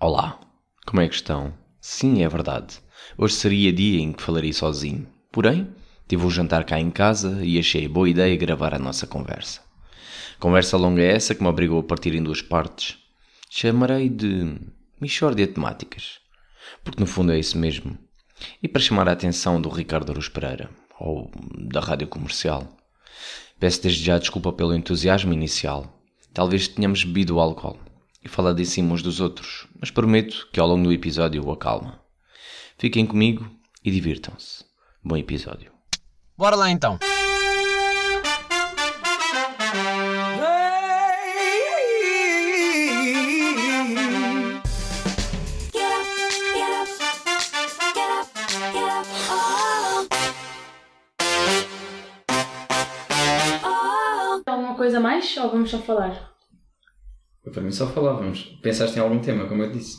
Olá, como é que estão? Sim, é verdade. Hoje seria dia em que falarei sozinho. Porém, tive um jantar cá em casa e achei boa ideia gravar a nossa conversa. Conversa longa é essa que me obrigou a partir em duas partes. Chamarei de Michórdia de Temáticas. Porque no fundo é isso mesmo. E para chamar a atenção do Ricardo Aruz Pereira, ou da Rádio Comercial. Peço desde já desculpa pelo entusiasmo inicial. Talvez tenhamos bebido álcool e falado em cima uns dos outros, mas prometo que ao longo do episódio o acalma. Fiquem comigo e divirtam-se. Bom episódio. Bora lá então. Get up, get up, get up, get up, oh. Oh. Alguma coisa mais ou vamos só falar? Eu, para mim só falávamos. Pensaste em algum tema, como eu disse.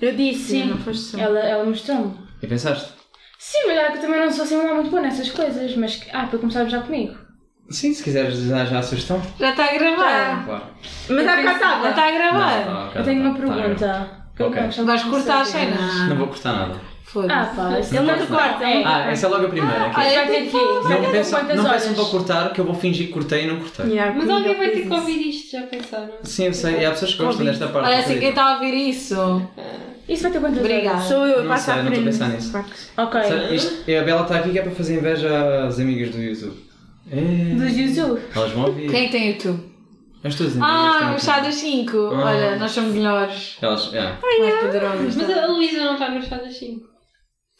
Eu disse, sim. Ela, ela mostrou-me. E pensaste? Sim, mas olha que eu também não sou assim lá muito boa nessas coisas, mas que- ah, para começarmos já comigo. Sim, se quiseres dar já a sugestão. Já está a Tá. gravar. Claro. Mas há bocado Já está a gravar. Não, ok, Eu tenho uma tá, tá, pergunta. Ok. Eu gosto Não vais cortar as saber. cenas. Não vou cortar nada. Ah, Foda-se. pá, se ele não Não te corta, é. Ah, essa é logo a primeira. ok. Vai ter que ir. Vai não ter pensa- quantas não horas? peçam para cortar, que eu vou fingir que cortei e não cortei. Mas alguém vai ter que ouvir isto, já pensaram? Sim, eu sei. E há pessoas que gostam desta parte. Olha assim, acredito. quem está a ouvir isso? Isso vai ter quantas Obrigada. horas? Sou eu, Não passa sei, à não estou a frente. pensar nisso. Ok. Sabe, isto- e a Bela está aqui que é para fazer inveja às amigas do YouTube. É. Do Jizu. Elas vão ouvir. Quem é que tem YouTube? As tuas amigas. Ah, têm o chá YouTube. das 5. Ah. Olha, nós somos melhores. Elas. é. Mais tá? poderosas. Mas a Luísa não está no chá das 5.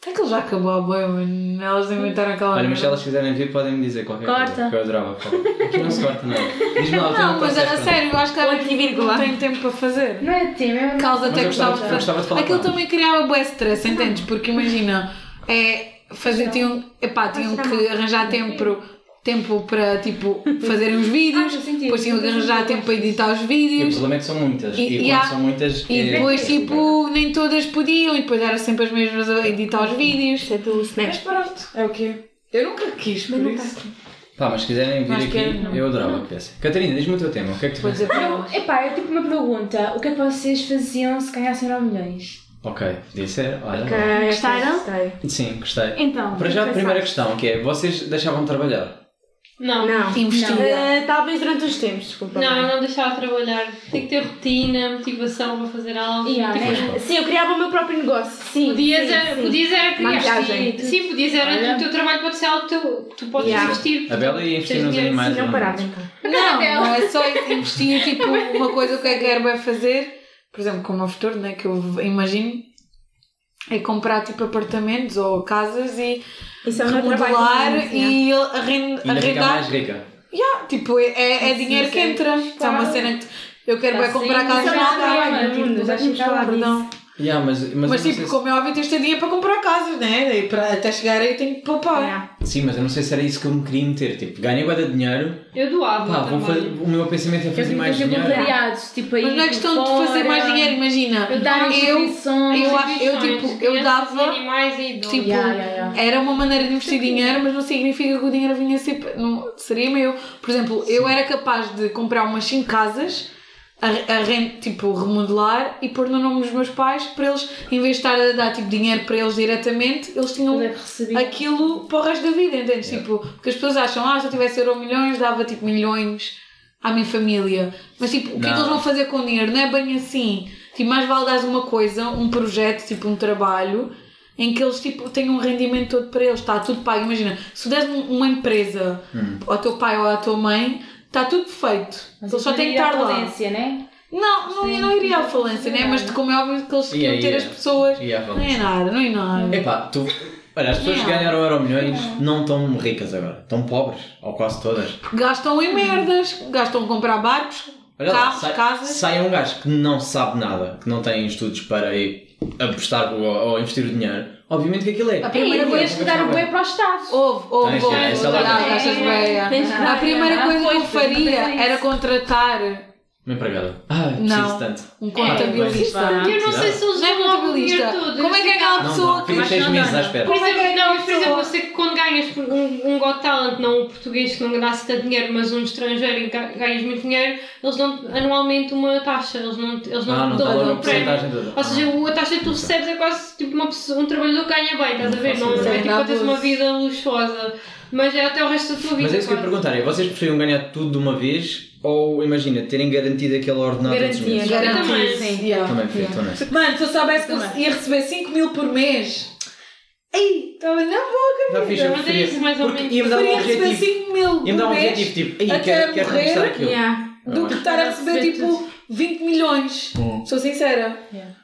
Aquilo já acabou a boia, mano. Elas inventaram aquela. Olha, mas se merda. elas quiserem vir, podem me dizer qualquer coisa. Corta. Que eu adorava. falar. Aqui não se corta nada. Diz-me lá o tema Não, que mas vocês a têm. sério, eu acho que ela Ponto e vírgula. não tem tempo para fazer. Não é tema, é uma- causa Mas até eu que gostava, estava eu gostava de falar Aquilo com elas. também criava bué stress, entendes? Porque imagina, é fazer tinham, epá, tinham que arranjar tempo, tempo para tipo fazerem os vídeos, Ah, faz sentido. depois tinham que arranjar tempo para editar os E o vídeos. problema é que são muitas. E, E- e quando há- são muitas. E é- depois, é- tipo, nem todas podiam, e depois eram sempre as mesmas a editar os vídeos. Isto é do Snap. pronto. É o quê? Eu nunca quis, por isso. Pá, mas se quiserem vir Mas aqui, quero não. eu adorava que viessem. Catarina, diz-me o teu tema. O que é que tu Vou pensas? dizer para Eu, elas. epá, eu tipo uma pergunta. O que é que vocês faziam se ganhassem 9 milhões? Ok, podia ser. Olha. Ok, Gostaram? gostei. Sim, gostei. Então, Para já, a primeira questão, que é: vocês deixavam de trabalhar? Não. não. Não. Investiga. Eh, talvez durante os tempos, tá desculpa. Não, eu mãe. não deixava trabalhar. Tem que ter rotina, motivação para fazer algo. Yeah, Tipo, né? Sim, eu criava o meu próprio negócio. Sim. Podias, sim, era, sim. podias era criar. Maquiagem. Sim, podias era. Olha. O teu trabalho pode ser algo teu, que tu podes Yeah. investir. A Bela ia investir Tens nos dinheiro, animais. Sim, não não? parava então. Não, não é só investir tipo uma coisa que eu quero bem fazer, por exemplo, como o futuro, né, que eu imagino, é comprar tipo apartamentos ou casas e Isso é o meu trabalho. remodelar sim, sim. e arren- Ainda fica mais arrendar. rica. Yeah, tipo, é, é, é Sim, dinheiro sim, que sim. entra. Isso é uma Claro. cena que eu quero bem Tá comprar sim. casas Isso é na uma Algarve. trabalho, Mundo, tipo, já tínhamos falado Perdão. disso. Yeah, mas, mas, Mas eu não tipo, sei se- como é óbvio, tens de ter dinheiro para comprar casas, né? E para, até chegar aí eu tenho que poupar. Yeah. Sim, mas eu não sei se era isso que eu me queria meter. Tipo, ganhei guarda de dinheiro. Eu doava. Pá, vou também. fazer- o meu pensamento é Eu fazer tive mais fazer dinheiro. voluntariados, tipo aí. Mas não é por questão de fazer mais fora. dinheiro, imagina. Eu dar instituições. eu- eu, Instituições, tipo, eu crianças, dava, Animais e idosos. Tipo, Yeah, yeah, yeah. era uma maneira de investir dinheiro, mas não significa que o dinheiro vinha sempre. Não, seria meu. Por exemplo, eu era capaz de comprar umas 5 casas, a, a ren- tipo, remodelar e pôr no nome dos meus pais para eles, em vez de estar a dar tipo, dinheiro para eles diretamente, eles tinham Poder receber. aquilo para o resto da vida, entendes? Tipo, porque as pessoas acham, ah, se eu tivesse euro milhões, dava tipo milhões à minha família. Mas tipo, o que é que Não. eles vão fazer com o dinheiro? Não é bem assim. Tipo, mais vale dar uma coisa, um projeto, tipo um trabalho, em que eles tipo tenham um rendimento todo para eles, está tudo pago. Imagina, se deres um- uma empresa Hum. ao teu pai ou à tua mãe, está tudo feito. Mas eles só isso têm que iria à estar lá. falência, né? Não, não, eu não iria à falência, né? Mas como é óbvio que eles tinham Ia, que ter ia. as pessoas. Ia à Não é falência. nada, não é nada. Epá, tu. Olha, as pessoas que Não. ganharam euro milhões não estão ricas agora. Estão pobres, ou quase todas. Gastam em merdas, gastam a comprar barcos, Olha lá, carros, sai, casas. sai um gajo que não sabe nada, que não tem estudos para ir apostar ou, ou investir o dinheiro. Obviamente que aquilo é. A E primeira depois coisa. que dar o boi para o Estado. Houve, houve, Tens, houve. é, essa Ah, lá. gastas bué, Tens que é. A dar, primeira é. coisa que eu Pois, tens que faria fazer isso. era contratar Uma empregada. Ah, preciso Não. tanto. Um É, contabilista. Eu não sei se eles Não é vão logo contabilista. ver tudo. Como é que é aquela Não, pessoa não. que. Fiquei mais seis não meses à dá, espera. Por Como é que exemplo, é não, que por exemplo, pessoa- você quando ganhas um, um Got Talent, não um português que não dá assim tanto dinheiro, mas um estrangeiro em que ga- ganhas muito dinheiro, eles dão anualmente uma taxa, eles não, eles não, Ah, não te está dão logo a um prémio. porcentagem toda. Ou seja, o- a taxa que tu recebes é quase tipo uma pessoa, um trabalhador que ganha bem, estás a Não ver? faço Não, ideia. é tipo para teres uma Dá-vos. vida luxuosa, mas é até o resto da tua vida. Mas é isso que eu ia quase. perguntar, é vocês preferiam ganhar tudo de uma vez ou, imagina, terem garantido aquele ordenado todos os Garantia. meses? Garantia, Garantia, sim. yeah. Também prefiro, também. Mano, se eu soubesse que eu Também. ia receber 5 mil por mês. Ei, estava na boca, Tá fixe, eu Mas é preferia. isso, mais ou Porque menos. ia-me dar um Preferia receber objetivo. 5 mil por Ia-me dar um mês objetivo, tipo, "Ei, até quero, quero morrer." conquistar aquilo. é. Yeah. do que estar a receber Receber tipo 20 milhões. Hum. Sou sincera.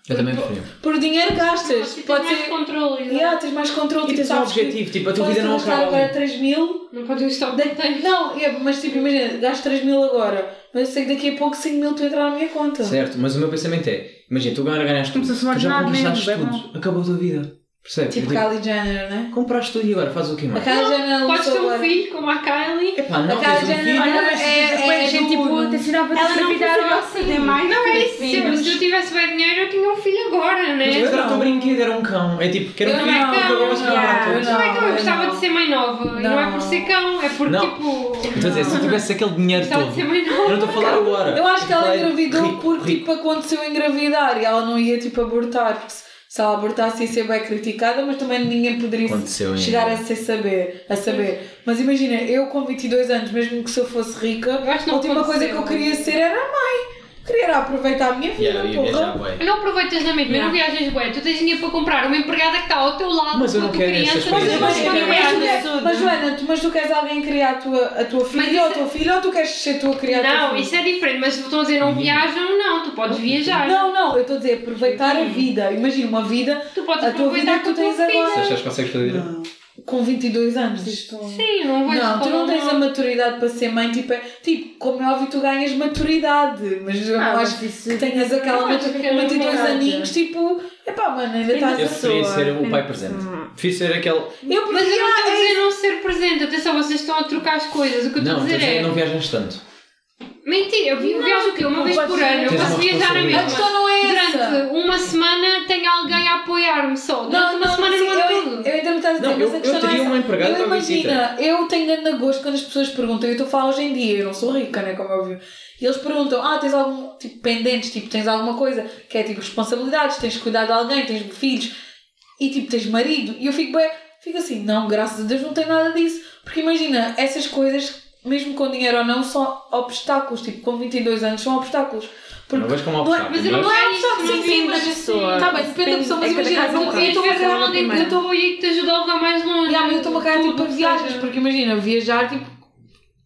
Eu também preferia. Por dinheiro gastas. Tens Pode mais né? ser. controle, Yeah, tens mais controle, E tipo, tens um sabes objetivo, tipo, a que tua vida não podes gastar acaba agora ali. 3 mil. não podes gastar o que Da- tens. Não, é, mas tipo, imagina, gasto 3 mil agora, mas eu sei que daqui a pouco 5 mil tu entrar na minha conta. Certo, mas o meu pensamento é, imagina, tu agora ganhaste tudo, Como se fosse um tu já ordenado conquistaste é mesmo, bem tudo, acabou a tua vida. Percebes? Tipo Eu digo, Kylie Jenner, né? Compraste tudo e agora fazes o quê, A mano? Kylie Jenner Podes lançou ter um agora. filho como a Kylie. Epá, não A Kylie tens um Jenner- filho. Olha, mas É- depois é a gente duro. tipo, te ensinava Ela a não vida precisava de né? mais Não é isso, filhos. sempre. Se eu tivesse bem dinheiro, eu tinha um filho agora, né? Mas agora o teu brinquedo era um cão. É tipo, quero um Eu filho não, porque eu acabou de não, comprar eu tudo. Não, é que eu Não, gostava não. de ser mãe nova. E não é por ser cão, é porque Não. tipo. Então, se eu tivesse aquele dinheiro Gostava todo, de ser mãe eu não nova. estou a falar agora. Eu acho que ela Vai, engravidou rico, porque rico. tipo aconteceu engravidar e ela não ia tipo abortar, porque se, se ela abortasse ia ser bem criticada, mas também ninguém poderia Aconteceu, hein? chegar a ser saber, a saber. Mas imagina, eu com 22 anos, mesmo que se eu fosse rica, Eu acho que a não é? última coisa que aconteceu. eu queria ser era mãe. Queria era aproveitar a minha vida, Yeah, eu ia viajar, porra. bué. Não aproveitas na mesma, não viajas bué. Tu tens dinheiro para comprar uma empregada que está ao teu lado Mas eu com a não tua quero criança. essas mas coisas. tu Mas, vais mas, mas, criar. tu queres- mas Joana, tu, mas tu queres alguém criar a tua, a tua filha ou o isso teu filho ou tu queres ser tu a criar a Não, tua isso é diferente. Mas se estão a dizer Uhum. não viajam, não. Tu podes viajar. Não, não, eu estou a dizer aproveitar a vida. Imagina uma vida Tu podes A tua vida que aproveitar tu com a tua tens agora. Se filha. achas que consegues fazer. com 22 anos. Sim, não vais Não, tu não tens a mãe. maturidade para ser mãe, tipo, é- tipo como é óbvio, tu ganhas maturidade, mas eu Ah, não mas acho isso- que tenhas aquela Não, acho que é maturidade. 22 verdade. aninhos, tipo, epá, mano, ainda estás Eu a preferia pessoa. ser o pai presente. Prefiro ser aquele. Eu Mas eu prefiro. não estou a Ah, dizer não ser presente. Atenção, vocês estão a trocar as coisas. O que eu estou é Não, a estou a dizer dizer, é. não viajas tanto. Mentira, eu vi- viajo o quê? Uma não vez pode por ser. ano. Eu Tens posso uma viajar na responsabilidade. A mesma. questão não é essa. Durante uma semana tenho alguém a apoiar-me só. Durante Não, uma não, semana sim, não é assim? eu, tudo. eu entendo o que estás a dizer, Não, mas a eu- eu questão teria não é uma essa. empregada Eu para me imagina, eu tenho grande gosto quando as pessoas perguntam, eu estou a falar hoje em dia, eu não sou rica, né, como é óbvio. E eles perguntam, ah, tens algum, tipo, pendentes, tipo, tens alguma coisa, que é, tipo, responsabilidades, tens de cuidar de alguém, tens filhos, e, tipo, tens marido. E eu fico bem, fico assim, não, graças a Deus não tenho nada disso. Porque imagina, essas coisas, mesmo com dinheiro ou não, são obstáculos, tipo, com 22 anos são obstáculos. Não vejo como obstáculo. Mas eu não é isso, Sim, não sim, vi, mas- mas pessoa. Tá bem, depende da pessoa, mas Depende- é imagina, cada caso, eu- um Eu caso. estou a Sim, ver sim, alguém que primeiro. eu estou aí que te ajuda a levar mais longe. E há, mas eu estou-me a cagar tipo Tudo, para viagens, seja. porque imagina, viajar, tipo,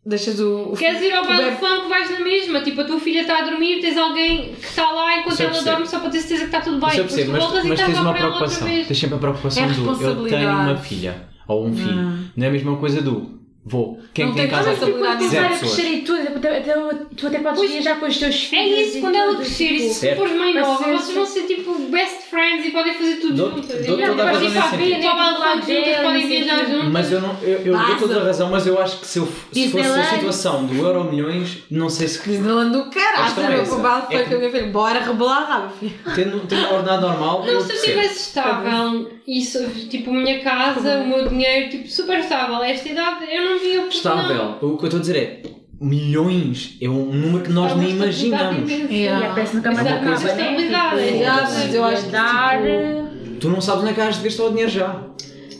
deixas o. o Queres ir ao o baile bebé- funk, vais na mesma. Tipo, a tua filha está a dormir, tens alguém que está lá enquanto Isso eu ela percebo. dorme só para ter certeza que está tudo bem. Mas eu Depois percebo, tu voltas mas, e mas estás tens lá uma para ela outra preocupação. vez. Tens sempre a preocupação É do eu tenho responsabilidade. uma filha ou um filho. Não é a mesma coisa do vou. Quem é Não tem em tem casa como Tipo, quando Habilidade tu zero vais a pessoas. crescer e tudo, até, até, tu até podes Pois, viajar com os teus É filhos. isso, e quando ela tudo, crescer e tipo, se Certo. for Vai mãe nova, ser- vocês vão ser tipo best friends e podem fazer tudo Dou- juntas. É dou- E dou depois toda a ir para razão a nesse filha, para sentido. o balcão Sim. juntas, podem viajar juntas. Mas eu não. Eu, eu dou toda a razão, mas eu acho que se, eu, f- se fosse a Disneyland. situação do Euro Milhões, não sei se. Disneyland do A caralho, questão é sabe? essa. O baile É foi que- com a minha filha. Bora rebolar a raba, filho. Tendo, tendo uma ordenada normal, eu Não, se eu percebo. estivesse estável, isso, tipo, a minha casa, o meu dinheiro, tipo, super estável, a esta idade, eu não via o porquê não. Estável. O que eu estou a dizer é. Milhões é um número que nós Há uma nem estabilidade imaginamos. imensa. E a peça nunca mais Mas há acaba, uma estabilidade, né? Tipo, é. mas eu acho que, Dar... Tu não sabes onde é que has de gastar o dinheiro já.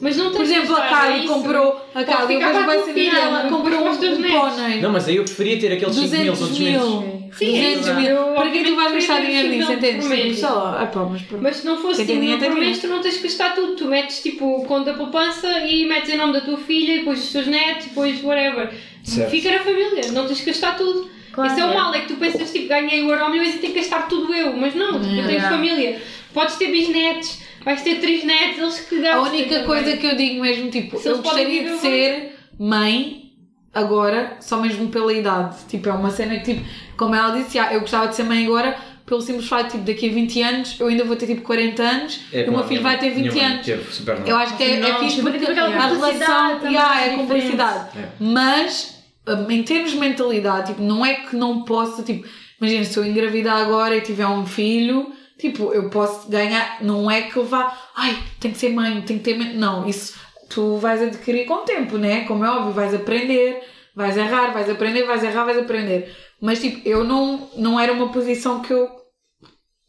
Mas não Por exemplo, a é Kylie comprou. A Kylie, eu ficar vejo com a bem tua ser filha, ela depois comprou um para os teus netos. pônei. Não, mas aí eu preferia ter aqueles 5 mil 200 todos os meses. mil. Sim, 200 é mil. verdade. Para que tu vais Eu gastar prefiro dinheiro nisso, ter entendes? por mês. Tipo, sei lá. Ah, pá, mas pronto. Mas se não fosse Quem tem assim, dinheiro não, tem pelo menos dinheiro. tu não tens que gastar tudo. Tu metes tipo conta poupança e metes em nome da tua filha, depois dos teus netos, depois whatever. Certo. Fica na família, não tens que gastar tudo. Claro. Esse é o mal, é que tu pensas tipo ganhei o euro milhões e tenho que gastar tudo eu. Mas não, Hum, tipo, eu tenho yeah. família. Podes ter bisnetos, vais ter três netos, eles que A Então, gastam. única também. coisa que eu digo mesmo, tipo, Se eu eles podem gostaria de viver, ser mãe agora, só mesmo pela idade. Tipo, é uma cena que, tipo, como ela disse, ah, eu gostava de ser mãe agora, pelo simples facto, tipo, daqui a 20 anos, eu ainda vou ter, tipo, 40 anos É, e o meu filho vai ter 20 anos. Eu acho que é, é Não, fixe tipo, porque tipo aquela a relação cumplicidade também yeah, é é a diferente. cumplicidade. É. eh, Mas, hum, em termos de mentalidade, tipo, não é que não possa, tipo, Imagina, se eu engravidar agora e tiver um filho, tipo, eu posso ganhar. Não é que eu vá, ai, tenho que ser mãe, tenho que ter. mãe." Não, isso tu vais adquirir com o tempo, né? Como é óbvio, vais aprender, vais errar, vais aprender, vais errar, vais aprender. Mas, tipo, eu não, não era uma posição que eu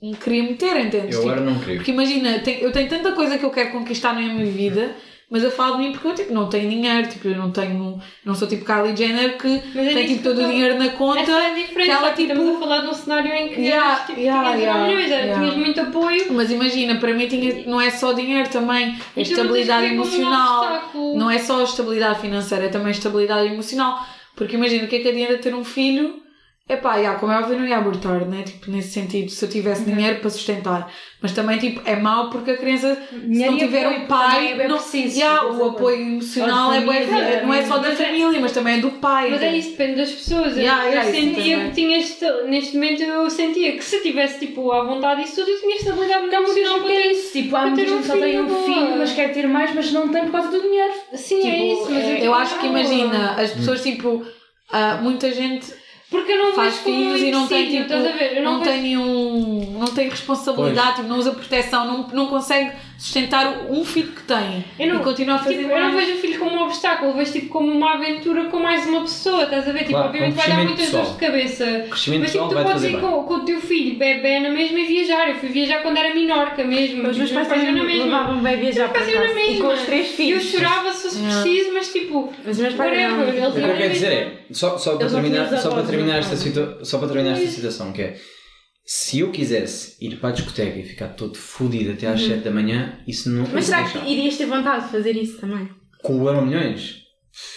me queria meter, entendes? Eu Tipo, era não queria. porque imagina, tem- eu tenho tanta coisa que eu quero conquistar na minha vida, mas eu falo de mim porque eu tipo, não tenho dinheiro, tipo, eu não tenho. Não sou tipo Kylie Jenner que Mas é tem nisso tipo que eu todo o tô- dinheiro na Essa conta. é a diferença. que ela, aqui tipo- Estamos a falar de um cenário em que Yeah, eras, tipo, yeah, tinhas yeah, milhões, era- yeah. tinhas muito apoio. Mas imagina, para mim tinha, não é só dinheiro também, é E tu não tens de estabilidade ver como um emocional. obstáculo. Não é só estabilidade financeira, é também estabilidade emocional. Porque imagina, o que é que adianta ter um filho? Epá, já, como é óbvio, não ia abortar, né? Tipo, nesse sentido, se eu tivesse Uhum. dinheiro para sustentar. Mas também, tipo, é mau porque a criança, se Dinheiro não e tiver apoio, um também pai, é bem não, preciso, já, tipo, por o exemplo. apoio emocional é Ou de bué- família, não é só da mas é- família, mas também é do pai. Mas é entende? isso, depende das pessoas. Eu- Yeah, yeah, eu isso sentia também. que tinha esta- neste momento eu sentia que se tivesse tipo à vontade isso tudo, eu tinha estabilidade Porque há muita emocional gente para que é ter. isso. Tipo, há para muita ter um gente que só tem filho um boa. filho, mas quer ter mais, mas não tem por causa do dinheiro. Sim, Tipo, é isso, mas eu acho que imagina, as pessoas, tipo, ah, muita gente Porque eu não faz vejo como um filhos e não tem empecilho, tipo, estás a ver? Eu não, não vejo- tem nenhum, não tem responsabilidade, tipo, não usa proteção, não, não consegue sustentar um filho que tem Eu não- e continua a fazer tipo, eu não mais. vejo o filho como um obstáculo, eu vejo tipo como uma aventura com mais uma pessoa, estás a ver? Tipo, Claro, obviamente com vai dar crescimento muitas pessoal. dores de cabeça. Crescimento Mas então pessoal tipo, tu vai podes fazer ir bem. com, com o teu filho, bebê na mesma e viajar. Eu fui viajar quando era minorca mesmo. Os meus pais iam também na me mesma. levavam bem viajar para Faziam na casa. E com mesma. os três E eu filhos. chorava se fosse Yeah. preciso, mas tipo, Mas os meus pais whatever. não. Eles O que eu iam na quero dizer mesma. é, só, só, para, Eles não tinham terminar, só para avós, terminar não esta é? situa- só para terminar esta situação, que é se eu quisesse ir para a discoteca e ficar todo fodido até às 7 da manhã, isso não Uhum. Mas isso será que deixava. irias ter vontade de fazer isso também? com o Euro Milhões?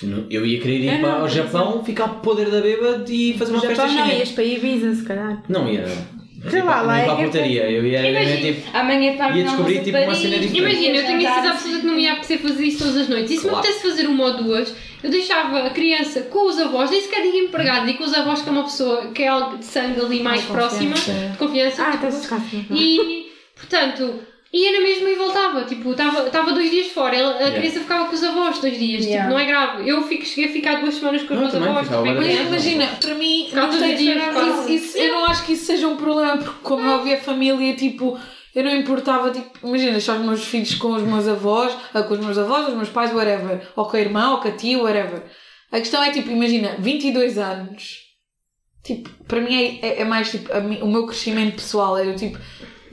não- Eu ia querer ir para Eu É, não, o por Japão, ficar para o poder da bêbada e fazer uma Já festa Japão não, chinesa. ias para Ibiza, se calhar. Não ia. tipo, Sei lá, nem lá é para a que- putaria. Eu ia era mesmo, Imagina, tipo. Amanhã tarde Ia não descobrir, vamos a tipo, uma Paris. cena diferente. Imagina, eu tenho a certeza absoluta que não me ia apetecer fazer isso todas as noites. E se Claro. me apetece fazer uma ou duas, eu deixava a criança com os avós, nem sequer digo empregado, digo com os avós, que é uma pessoa que é algo de sangue ali mais próxima, é. de confiança. Ah, tipo, tá estás descalço. E, portanto, ia na mesma e voltava. Tipo, estava dois dias fora. Ele- A criança ficava com os avós dois dias. Yeah. Tipo, não é grave. Eu fico, cheguei a ficar duas semanas com os Não, meus também avós. ficava tipo, é bem. assim. Mas criança. imagina, para mim, Ficava não tem dois dias fora. isso, isso- eu não acho que isso seja um problema, porque como eu vi a família, tipo, eu não importava, tipo, imagina, deixar os meus filhos com os meus avós, ah, com os meus avós, os meus pais, whatever, ou com a irmã, ou com a tia, whatever. A questão é, tipo, imagina, 22 anos, tipo, para mim é, é- é mais, tipo, a mi- o meu crescimento pessoal, era, tipo,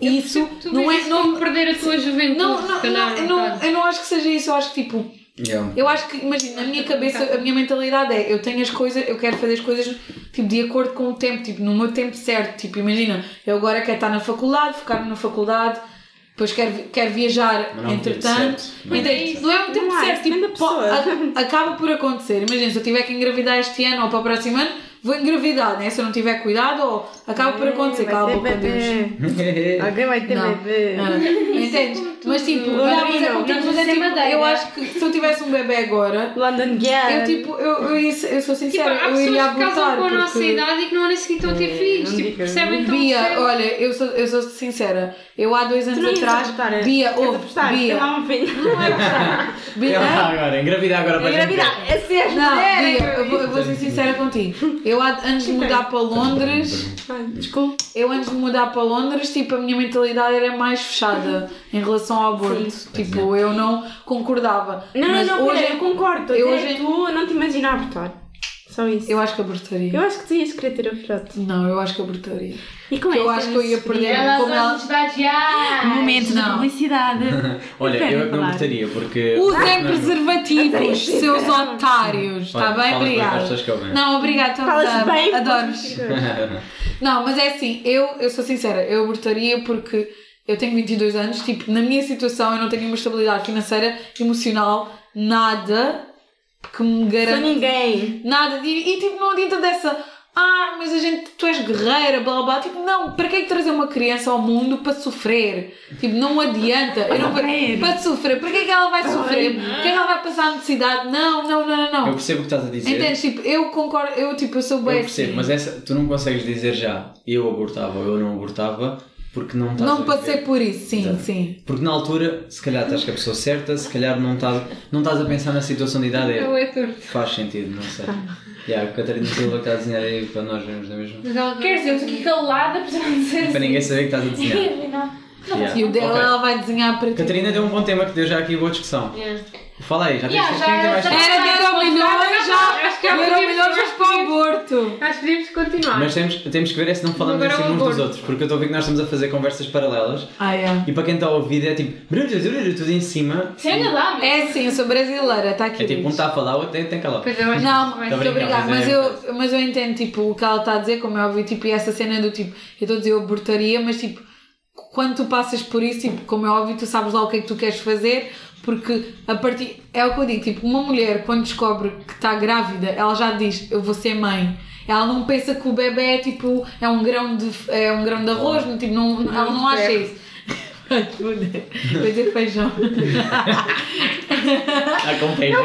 isso tipo, Tu não é, vês não, como perder a tua juventude. não, se não, calhar, não, eu um não, bocado. eu não acho que seja isso, eu acho que, tipo, Yeah. eu acho que, imagina, na minha cabeça, a minha mentalidade é, eu tenho as coisas, eu quero fazer as coisas, tipo, de acordo com o tempo, tipo, no meu tempo certo, tipo, imagina, eu agora quero estar na faculdade, focar-me na faculdade, depois quero, vi- quero viajar, Mas não é um tempo entretanto, certo. não, Não é um tempo entende? não é um tempo Não é, certo, depende tipo, da po- pessoa. a- acaba por acontecer, imagina, se eu tiver que engravidar este ano ou para o próximo ano, vou engravidar, né, se eu não tiver cuidado, ou acaba É, por acontecer, cala a boca, Deus. Alguém vai ter Não. bebê. Ah, Entendes? Mas tipo, já, mas é Não, contigo, não, mas é isso é tipo, madeira. eu acho que se eu tivesse um bebê agora, London Gang. eu, tipo, eu, eu, isso- eu sou Tipo, sincera, há eu pessoas que iria casam abortar. com a nossa porque- idade e que não nem sequer estão a ter filhos. não Tipo, diga. percebem tão Bia, cedo. olha, eu sou, eu sou sincera, eu há dois anos não ias atrás. apostar, é? Bia, Queres ouve, apostar? Tem Bia. lá um filho. Não é apostar. Bia, Ela está agora, engravida agora para Engravidar. É ser não, mulher. é Bia, eu vou, eu vou ser sincera contigo. Eu há- antes de mudar para Londres. Ai, Desculpa. eu antes de mudar para Londres, tipo, a minha mentalidade era mais fechada em relação ao aborto. Tipo, eu não concordava. Não, não, Mas não, hoje peraí, eu concordo. eu Eu hoje- Tu não te imagino a abortar. Só isso. eu acho que abortaria. Eu acho que tu ias querer ter o filhote. Não, eu acho que abortaria. E com Eu esta acho que eu ia perder Elas como vão ela. nos basear. Momentos de Não. publicidade. Olha, Prefere eu é que não falar. votaria, porque. Usem Não, não. preservativos, seus otários. Está Olha, bem? fala bem para as Obrigada. pessoas que ouvem. Não, obrigada. estamos Falas a- bem. Adoro-vos. Não, mas é assim, eu, eu sou sincera, eu abortaria porque eu tenho 22 anos, tipo, na minha situação eu não tenho uma estabilidade financeira, emocional, nada que me Sou garanta ninguém. nada. E, e, tipo, não adianta dessa, ah, mas a gente, tu és guerreira, blá blá, blá. Tipo, não, para que é que trazer uma criança ao mundo para sofrer? Tipo, não adianta. Eu não vou, Sofrer. para sofrer, para que é que ela vai sofrer? Para que é que ela vai passar necessidade? Não, não, não, não, Eu não. percebo o que estás a dizer. Entendes? Tipo, eu concordo, eu, tipo, eu sou Eu bem percebo, assim. mas é essa, tu não consegues dizer já eu abortava ou eu não abortava porque não estás a Não viver. passei por isso, sim, Exato. sim. Porque na altura, se calhar estás com a pessoa certa, se calhar não estás, não estás a pensar na situação de idade. É o Heitor. Faz sentido, não sei. Yeah, a Catarina Silva que está a desenhar aí para nós vermos na mesma. Mas ela- Quer dizer, eu estou aqui calada, apesar de dizer Para ninguém saber que estás a desenhar. Afinal, Yeah. E o dela Ok. ela vai desenhar para ti. Catarina deu um bom tema que deu já aqui boa discussão. Yeah. Fala aí, já tens Yeah, 5 já- minutos mais já- tempo. Era de ao milhões já. Acho que Era ela ao milhões mas para o aborto. Acho que podíamos continuar. Mas temos, temos que ver é se não falamos Agora assim é o uns dos aborto. outros, porque eu estou a ver que nós estamos a fazer conversas paralelas Ah, é. e para quem está a ouvir é tipo tudo em cima. Isso é agradável. É assim, eu sou brasileira, está aqui. É tipo um diz. está a falar, o outro tem, tem calado. Pois eu acho Não, que vai Tá ser. muito bem. obrigada, mas mas é- eu, mas eu entendo tipo, o que ela está a dizer, como é óbvio, tipo, e essa cena do tipo, eu estou a dizer eu abortaria, mas tipo, quando tu passas por isso, tipo, como é óbvio, tu sabes lá o que é que tu queres fazer, porque a partir. É o que eu digo, tipo, uma mulher quando descobre que está grávida, ela já diz, eu vou ser mãe. Ela não pensa que o bebê é tipo, é um grão de, é um grão de arroz, não, tipo, não, ela não acha isso. Vai te foder. Vou dizer feijão. Acompanha.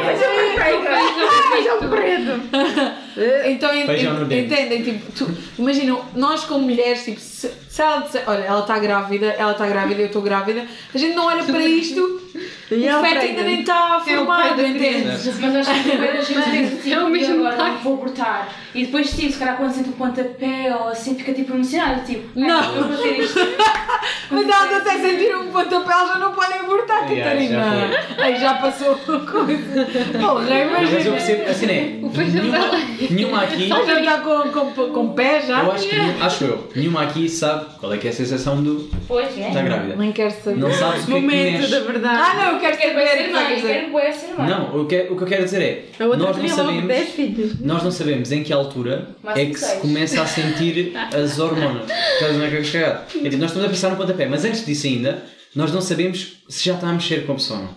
Então en- Feijão no en- dente. entendem, tipo, tu, imaginam, nós como mulheres, tipo, se, se ela disser, olha, ela está grávida, ela está grávida, eu estou grávida, a gente não olha para isto, E é o o feto pai ainda dele. nem tá está É formado, pai da É. entendes? Mas acho que primeiro a gente diz, Eu eu mesmo mesmo agora tá- não vou abortar. E depois, tipo, se calhar quando sente um pontapé ou assim, fica tipo emocionado, tipo, ai, Não. eu vou ter isto. Mas elas até sentiram um pontapé, elas já não podem abortar, Yeah, Catarina. já Aí já passou uma coisa. Porra, é Mas eu imagina. percebo, assim é, feijão nenhuma, nenhuma aqui, Já está com, com, com pé já? eu acho que, nenhum- acho eu, nenhuma aqui sabe qual é que é a sensação do Pois é. está tá grávida. Nem quero saber. Não sabes o que é que Momento da mexe. Ah, verdade. não, eu quero Quero bué ser mãe, saber. quero bué ser mãe. Não, o que, o que eu quero dizer é, A outra nós não tinha logo sabemos 10 filhos. Uhum. Nós não sabemos em que altura Máximo é que se seis. começa a sentir as hormonas. Estás onde é que eu chegar? É tipo, nós estamos a pensar no pontapé, mas antes disso ainda, nós não sabemos se já está a mexer com a pessoa ou não.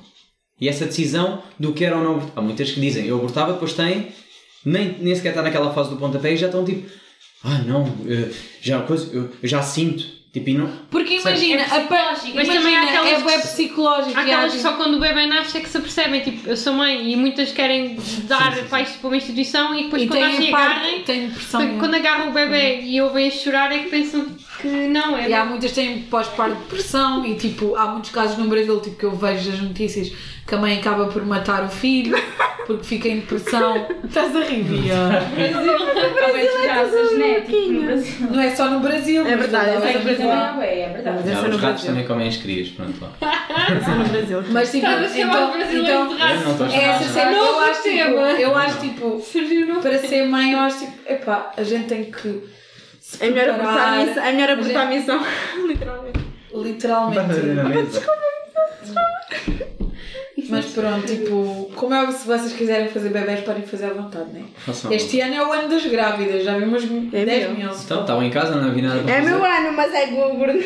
E essa decisão do que era ou não abortar. Há muitas que dizem, eu abortava, depois têm, nem, nem sequer está naquela fase do pontapé e já estão tipo, ah não, eh, já, coisa, eu, eu já sinto. Tipo, e não. Porque imagina, É a pa- psicológico, mas imagina, também há é aquelas bué que- psicológico. e há, Há aquelas que tipo, só quando o bebê nasce é que se apercebem, tipo, eu sou mãe, e muitas querem dar pais para uma instituição e depois E quando tem nascem parte, agarrem, tem depressão. é. quando agarram o bebê e ouvem a chorar é que pensam que não, é E há muitas que têm pós-parto de depressão e tipo, há muitos casos no Brasil tipo, que eu vejo as notícias que a mãe acaba por matar o filho porque fica em depressão. Estás a rir, Bia? Há bué desgraças genéticas no Brasil. Não é só no Brasil, É mas verdade, toda a é gente- Aqui verdade. também há bué, é Mas verdade. essa Já, ah, os não ratos vai também comem as crias, pronto lá. ser no Brasil. Mas tipo, Estás a ser é mais então, brasileiro de então raça. Eu não estou a é chamar essa nada. cena. Eu Novo acho, tipo, tema. eu acho tipo, Surgiu não. para ser mãe, eu acho tipo, epá, a gente tem que se É melhor abortar a preparar, missão. É melhor abortar a missão. Literalmente. literalmente. Na mesa. Mas pronto, tipo, como é óbvio, se vocês quiserem fazer bebés, podem fazer à vontade, né? Façam. Este ano é o ano das grávidas, já vimos 10 meu. mil. Então, estavam em casa, não havia nada para É fazer. meu ano, mas é gordo.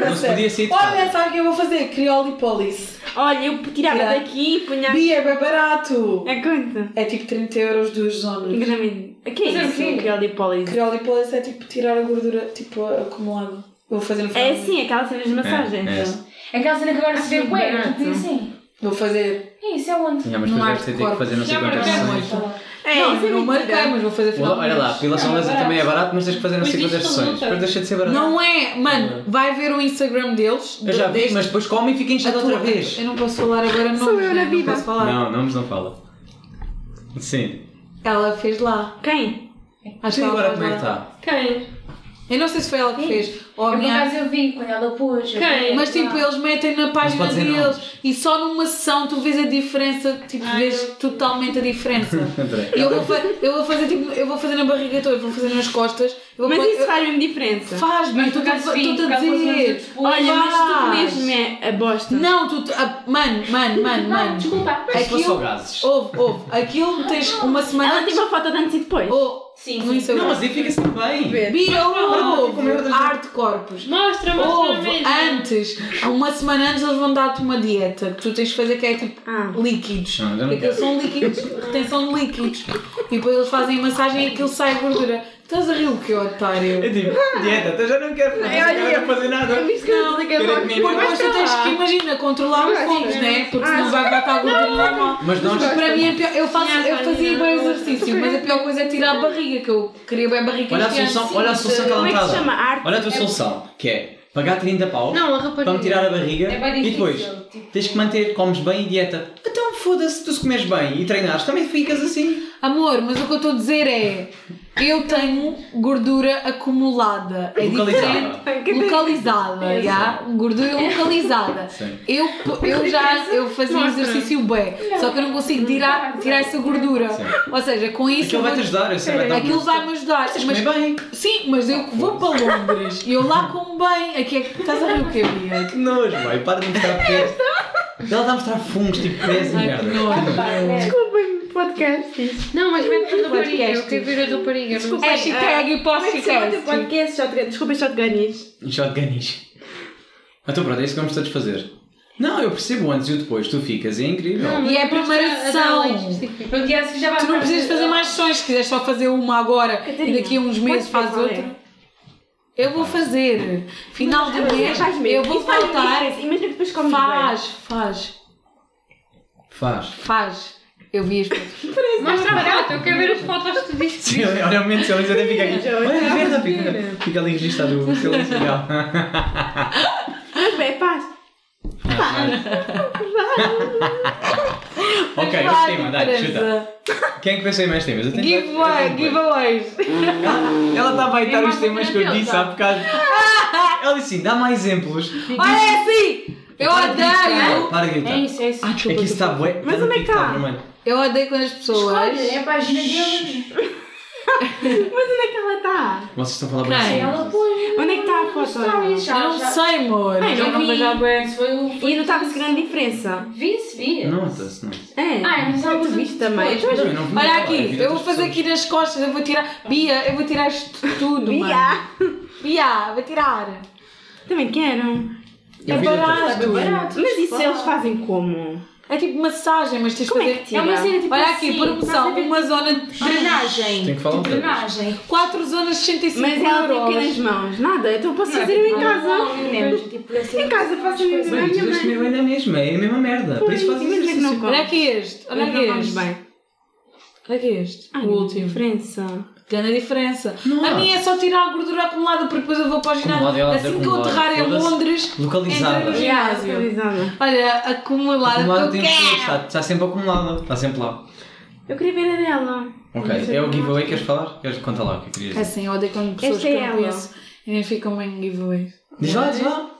Não se podia sair de Olha, casa. sabe o que eu vou fazer? Criolipolis. Olha, eu tirava Tirar. daqui e punha. Bia, é bem barato. É quanto? É tipo 30 euros duas zonas. Engraminho. O que é Mas é isso? o quê? Criolipólise. Criolipolis é tipo tirar a gordura, tipo, acumulada. Eu Vou fazer no final É do assim, aquela cena de massagem. É, é. então. É Aquela cena que agora se vê Acho bué, barato. que diz assim. mês. Vou fazer. É isso, é onde? Tinha, mas Não há depois deve ter que corte. fazer não sei Já quantas marcaram. sessões. não, É, isso é não mentira. marquei, mas vou fazer Olha, final olha do lá, a mês. depilação Não, é laser também é barato, mas tens que fazer não Mas sei quantas isto sessões. resulta. Depois deixa de ser barato. Não é, mano, vai ver o Instagram deles. eu já vi, deste- mas depois come e fica a inchado tua- outra vez. Eu não posso falar agora, não. Sou eu na vida. Não posso falar. Não, não, mas não fala. Sim. Ela fez lá. Quem? Acho E que ela agora faz como é que lá. está? Quem? Eu não sei se foi ela que Sim. fez. Ou a Eu, por minha- acaso eu vi quando ela pôs. eu Quem? vi. Mas tipo, eles metem na página pode dizer deles nomes. e só numa sessão tu vês a diferença, tipo, Ai, vês não. totalmente a diferença. André. eu, vou fa- eu vou fazer tipo, eu vou fazer na barriga toda, vou fazer nas costas, eu vou Mas pôr- isso eu- faz-me diferença. faz, mas Mas tu por acaso estás a sim, por acaso dizer. fazemos outros Olha, mas Faz. tu mesmo é a bosta. Não, tu. tu- ah, mano, mano, mano, Não, mano. desculpa. Mas se fosse só gases. Ouve, ouve. Aquilo tens uma semana. Ela antes- tem uma foto de antes e depois. Oh, Sim, no sim. Não, Instagram. mas aí fica-se bem. Bia, ouve, como eu- arte corpos. Mostra, mostra Houve mesmo. antes, há uma semana antes eles vão dar-te uma dieta que tu tens de fazer que é tipo Ah. líquidos. Não, eu não Aquilo quero. são líquidos, retenção de líquidos. E depois eles fazem a massagem e aquilo sai gordura. Estás a rir o que, otário? Eu digo, dieta, então já não quero É, fazer, já não quero fazer nada. Não, Quero é que porque me engorde. depois tu tens que, imagina, controlar os fungos, né? Porque senão vai botar gordura normal. Mas nós- Para mim, é pior, eu, faço, eu fazia bem Não. exercício, mas a pior coisa é tirar a barriga, que eu queria bem a barriga. Olha a este ano. solução, olha a solução que ela Como é que está a se chama? dar. Arte? Olha a tua solução, que é pagar 30 pau Não, a rapariga. para me tirar a barriga É bem e difícil, depois tipo. tens que manter, comes bem e dieta. Então Foda-se, tu se comes bem e treinares, também ficas assim. Amor, mas o que eu estou a dizer é. Eu tenho gordura acumulada. É Localizada. diferente. Localizada, já? Gordura localizada. Sim. Eu, eu já eu fazia um exercício bem, só que eu não consigo tirar, tirar essa gordura. Sim. Ou seja, com isso. eu Aquilo vou- vai-te ajudar, eu sei, vai dar Aquilo vai-me ajudar. Mas Mas, bem. sim, mas eu vou para Londres e eu lá como bem. Aqui é que estás a ver o que eu ia. Que nojo, vai, para de mostrar pés. Ela está a mostrar fungos, tipo pés e Ai, que merda. nojo. Desculpem, podcast isto. Não, mas mete a rapariga. Podcast. Eu quero ver a rapariga. não É, sei. Hashtag Podcast. podcast. Podcast, shotgun. Desculpem, shotgunis. Um Shotgunis. Então pronto, é isso que vamos todos fazer. Não, eu percebo o antes e o depois, tu ficas, é incrível. Não, mas E é a eu gosto primeira da- da sessão. lei específica. Pronto, e essa já vai Tu não ficar- precisas fazer mais sessões, se quiseres só fazer uma agora Catarina, e daqui a uns meses podes fazes fazer qual é? outra. Eu vou fazer. Final do mês, é Faz mesmo. eu vou Isso faz faltar. diferença. Imagina que depois comes Faz, faz, Faz. faz. Eu vi as fotos. Mostra a foto, Ah, eu quero ver as fotos que tu disse. Sim, olha o momento de silêncio, até fica aqui. Olha, a merda, fica, fica ali registado o silêncio real. Mas bem, faz. ok, Faz esse tema, dá, chuta. diferença. Quem é que pensou em mais temas? Eu tenho- eu Giveaway, tenho- giveaways. Ela está a baitar Tem os mais temas que eu alternativa. disse há bocado. Ela disse assim, dá mais exemplos. Olha é assim! Eu Para de gritar, odeio! Para de gritar. É isso, é isso. Ah, É desculpa, que isso desculpa. está bué. Mas tá no onde é que TikTok, tá? vermelho. Eu odeio quando as pessoas. Olha, é a página dele. Mas onde é que ela está? Vocês estão a falar bué Quem? assim. Ela põe. Onde é que está a foto? Está, Eu já, não já. sei, amor. Ai, Eu não não vi. vejo a bué. Isso foi o- E não tá estava-se grande diferença. Vi, se vi. Nota-se, não. É. Ah, mas ela tu pôs viste um também. depois. Eu não vi Olha nada, vi aqui, outras eu vou fazer é pessoas. aqui nas costas, eu vou tirar. Bia, eu vou tirar isto tudo. mano. Bia. Bia, vou tirar. Também quero. Eu é vi outras barato. pessoas. Barato, Mas isso claro. eles fazem como? É tipo massagem, mas tens de Como é fazer. que tira? É uma cena tipo Olha assim, aqui, promoção, mas é uma zona de drenagem. Tem que falar um pouco. Drenagem. 4 zonas de 65 Mas ela tem o quê nas mãos? Nada, então eu posso é fazer tipo eu em casa. Em casa faço a minha Bem, tu deste mãe. mesmo ainda é a mesma, é a mesma merda. Por isso fazes Imagina que exercício. não come. Olha aqui este, olha aqui Não vamos este. bem. Olha aqui este, Ai, o último. Diferença. Grande diferença. Não a há. minha é só tirar a gordura acumulada porque depois eu vou para o Acumulada, ginásio. ela Assim que eu acumulada. aterrar em Foda-se. Londres, Localizada. entra no Estou ginásio. avisada. Olha, acumulada, Acumulada que eu tem pessoas, quero. está, está sempre acumulada, está sempre lá. Eu queria ver a dela. Ok, é o giveaway que queres falar? Queres conta lá o que é que querias É dizer? assim, eu odeio quando pessoas Esta que é eu não ela. conheço identificam bem giveaways. Diz lá, diz lá.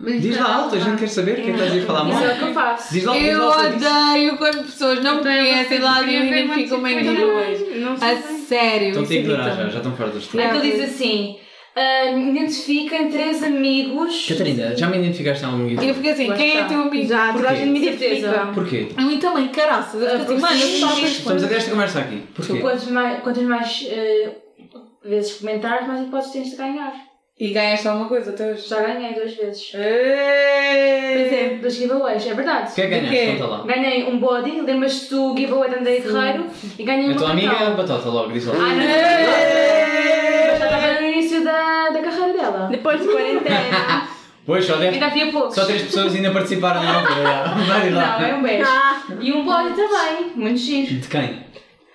Mas Diz lá alto, a gente quer saber o que é que estás a ir falar Isso é mais. o que eu faço. Diz lá, diz Eu lá. o que disse. odeio quando pessoas não me Então, eu conhecem não lá sei, e eu não identificam bem sei, giveaways. Não A sei. sério. Então isso tem que durar já, irrita-me. já estão fora dos É. tempos. Então diz assim: ah, identifiquem três amigos. Catarina, já me identificaste em algum E eu giveaway? fiquei assim, quem é teu amigo? Já, toda a gente me Porquê? identifica. Porquê? A mim também, caraças. Eu fiquei assim, mano, eu só Estamos a ter esta conversa aqui. Tu Porquê? quantos mais, quantas mais eh, vezes comentares, mais hipóteses tens de ganhar. E ganhaste alguma coisa até hoje. Já ganhei duas vezes. Pois Pois é, dos giveaways, é verdade. O que é que De quê? ganhaste? Conta lá. Ganhei um body, lembras-te do giveaway da André Guerreiro e ganhei A um tua amiga é a cacau. batota logo, diz lá. Ah, não, mas já estava no início da, da carreira dela. Depois de quarentena. Pois, só deve Ainda havia poucos. Só um três pessoas ainda participaram na altura. já. Vai Não, lá. é um beijo. Ah, E um body também, muito giro. De quem?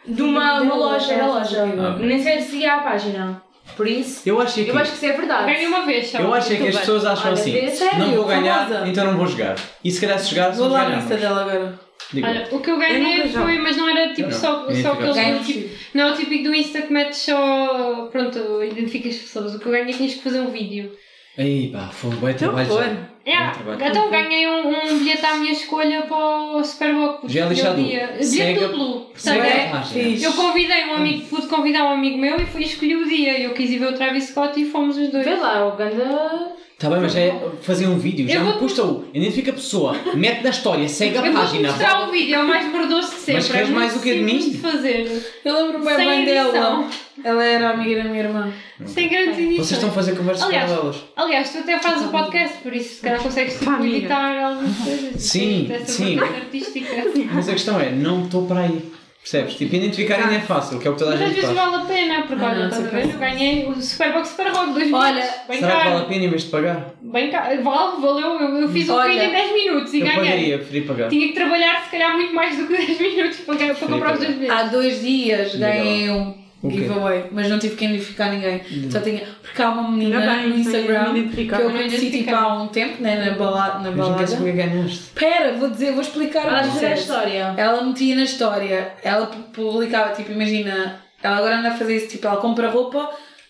De uma, uma loja, da loja. Ah, ok. Nem sei se ia à página. Por isso, Eu achei que. eu acho que isso é Ganhei verdade. uma vez só. Eu achei que as pessoas acham Olha, assim. é sério, não vou ganhar, famosa. então não vou jogar. E se calhar se jogar, Vou somos lá na lista ganhamos. dela agora. Digo. Olha, o que eu Eu ganhei nunca jogo. foi, mas não era tipo Eu não. só, Eu só identifico. aquele Ganhas. tipo. Não é o típico do Insta que metes só. Pronto, identifica as pessoas. O que eu ganhei tinhas que fazer um vídeo. Aí pá, foi um bom trabalho horror. já. É, Bom trabalho. então ganhei um, um bilhete à minha escolha para o Super Bowl. que Já é lixado. escolhi o dia. Bilhete Segue- do Blue. Portanto, Segue é- a página. Eu convidei um amigo, pude convidar um amigo meu e fui escolhi o dia. Eu quis ir ver o Travis Scott e fomos os dois. Vê lá, o Ganda. Tá bem, mas é fazer um vídeo. Já Eu não vou- custa o. Identifica a pessoa, mete na história, segue a Eu vou página. mostrar o vídeo, é o mais mordoso de sempre. Mas queres é muito mais o quê de simples mim? de fazer. Eu lembro-me bem, Sem bem edição. dela. Ela era amiga da minha irmã. Sem grandes edições. Vocês estão a fazer conversas Aliás, paralelas. Aliás, tu até fazes o podcast, por isso se calhar consegues tipo, Pá, amiga. editar algumas Uhum. coisas. Sim, Dessa sim. vertente artística. Mas a questão é, não estou para aí. Percebes? Tipo, identificar ainda é fácil, que é o que toda a Tá. Mas às gente vezes faz. vale a pena, porque Ah, olha, estás a ver? Eu ganhei o Superbox Superbox, dois Olha, minutos. Bem Será que caro. vale a pena em vez de pagar? Bem caro. Vale, valeu. Eu, eu fiz o Olha, vídeo em 10 minutos e eu ganhei. pagaria, preferia pagar. Tinha que trabalhar se calhar muito mais do que 10 minutos para, para comprar os dois bilhetes. Há dois dias Legal. ganhei um O quê? Hum. giveaway, mas não tive que identificar ninguém. Só tinha. Porque há uma Ainda menina bem, no Instagram me que identificar. eu Não conheci tipo identificaram. há um tempo, né? Hum. Na balada. Na Mas não balada. queres porque ganhaste. Pera, vou dizer, vou explicar Ela o dizer a processo. história. Ela metia na história, ela pu- publicava, tipo, imagina, ela agora anda a fazer isso, tipo, ela compra roupa,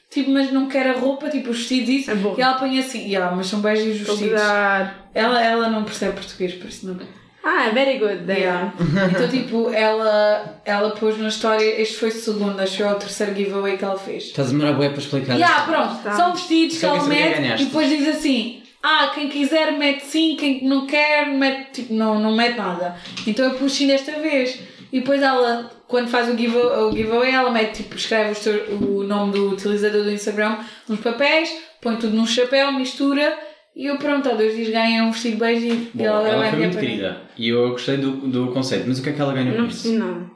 tipo, mas não quer a roupa, tipo, os vestidos e isso, É bom. e ela põe assim, e ela, mas são beijos os vestidos. Obrigado. Ela, ela não percebe português, por isso não. Ah, very good. Daí. Yeah. Então, tipo, ela, ela pôs na história, este foi o segundo, acho que é o terceiro giveaway que ela fez. Estás a demorar bué para explicar. Yeah, pronto, Tá. são vestidos que Só quer ela saber quem é mete ganhaste. e depois diz assim: ah, quem quiser mete sim, quem não quer mete, tipo, não, não mete nada. Então eu pus sim desta vez. E depois ela, quando faz o, give, o giveaway, ela mete, tipo, escreve o, seu- o nome do utilizador do Instagram nos papéis, põe tudo num chapéu, mistura e eu pronto, há dois dias ganha um vestido de beijo e Bom, e ela, vai foi ganhar muito para mim. querida e eu gostei do, do conceito, mas o que é que ela ganhou com Não isso? preciso nada.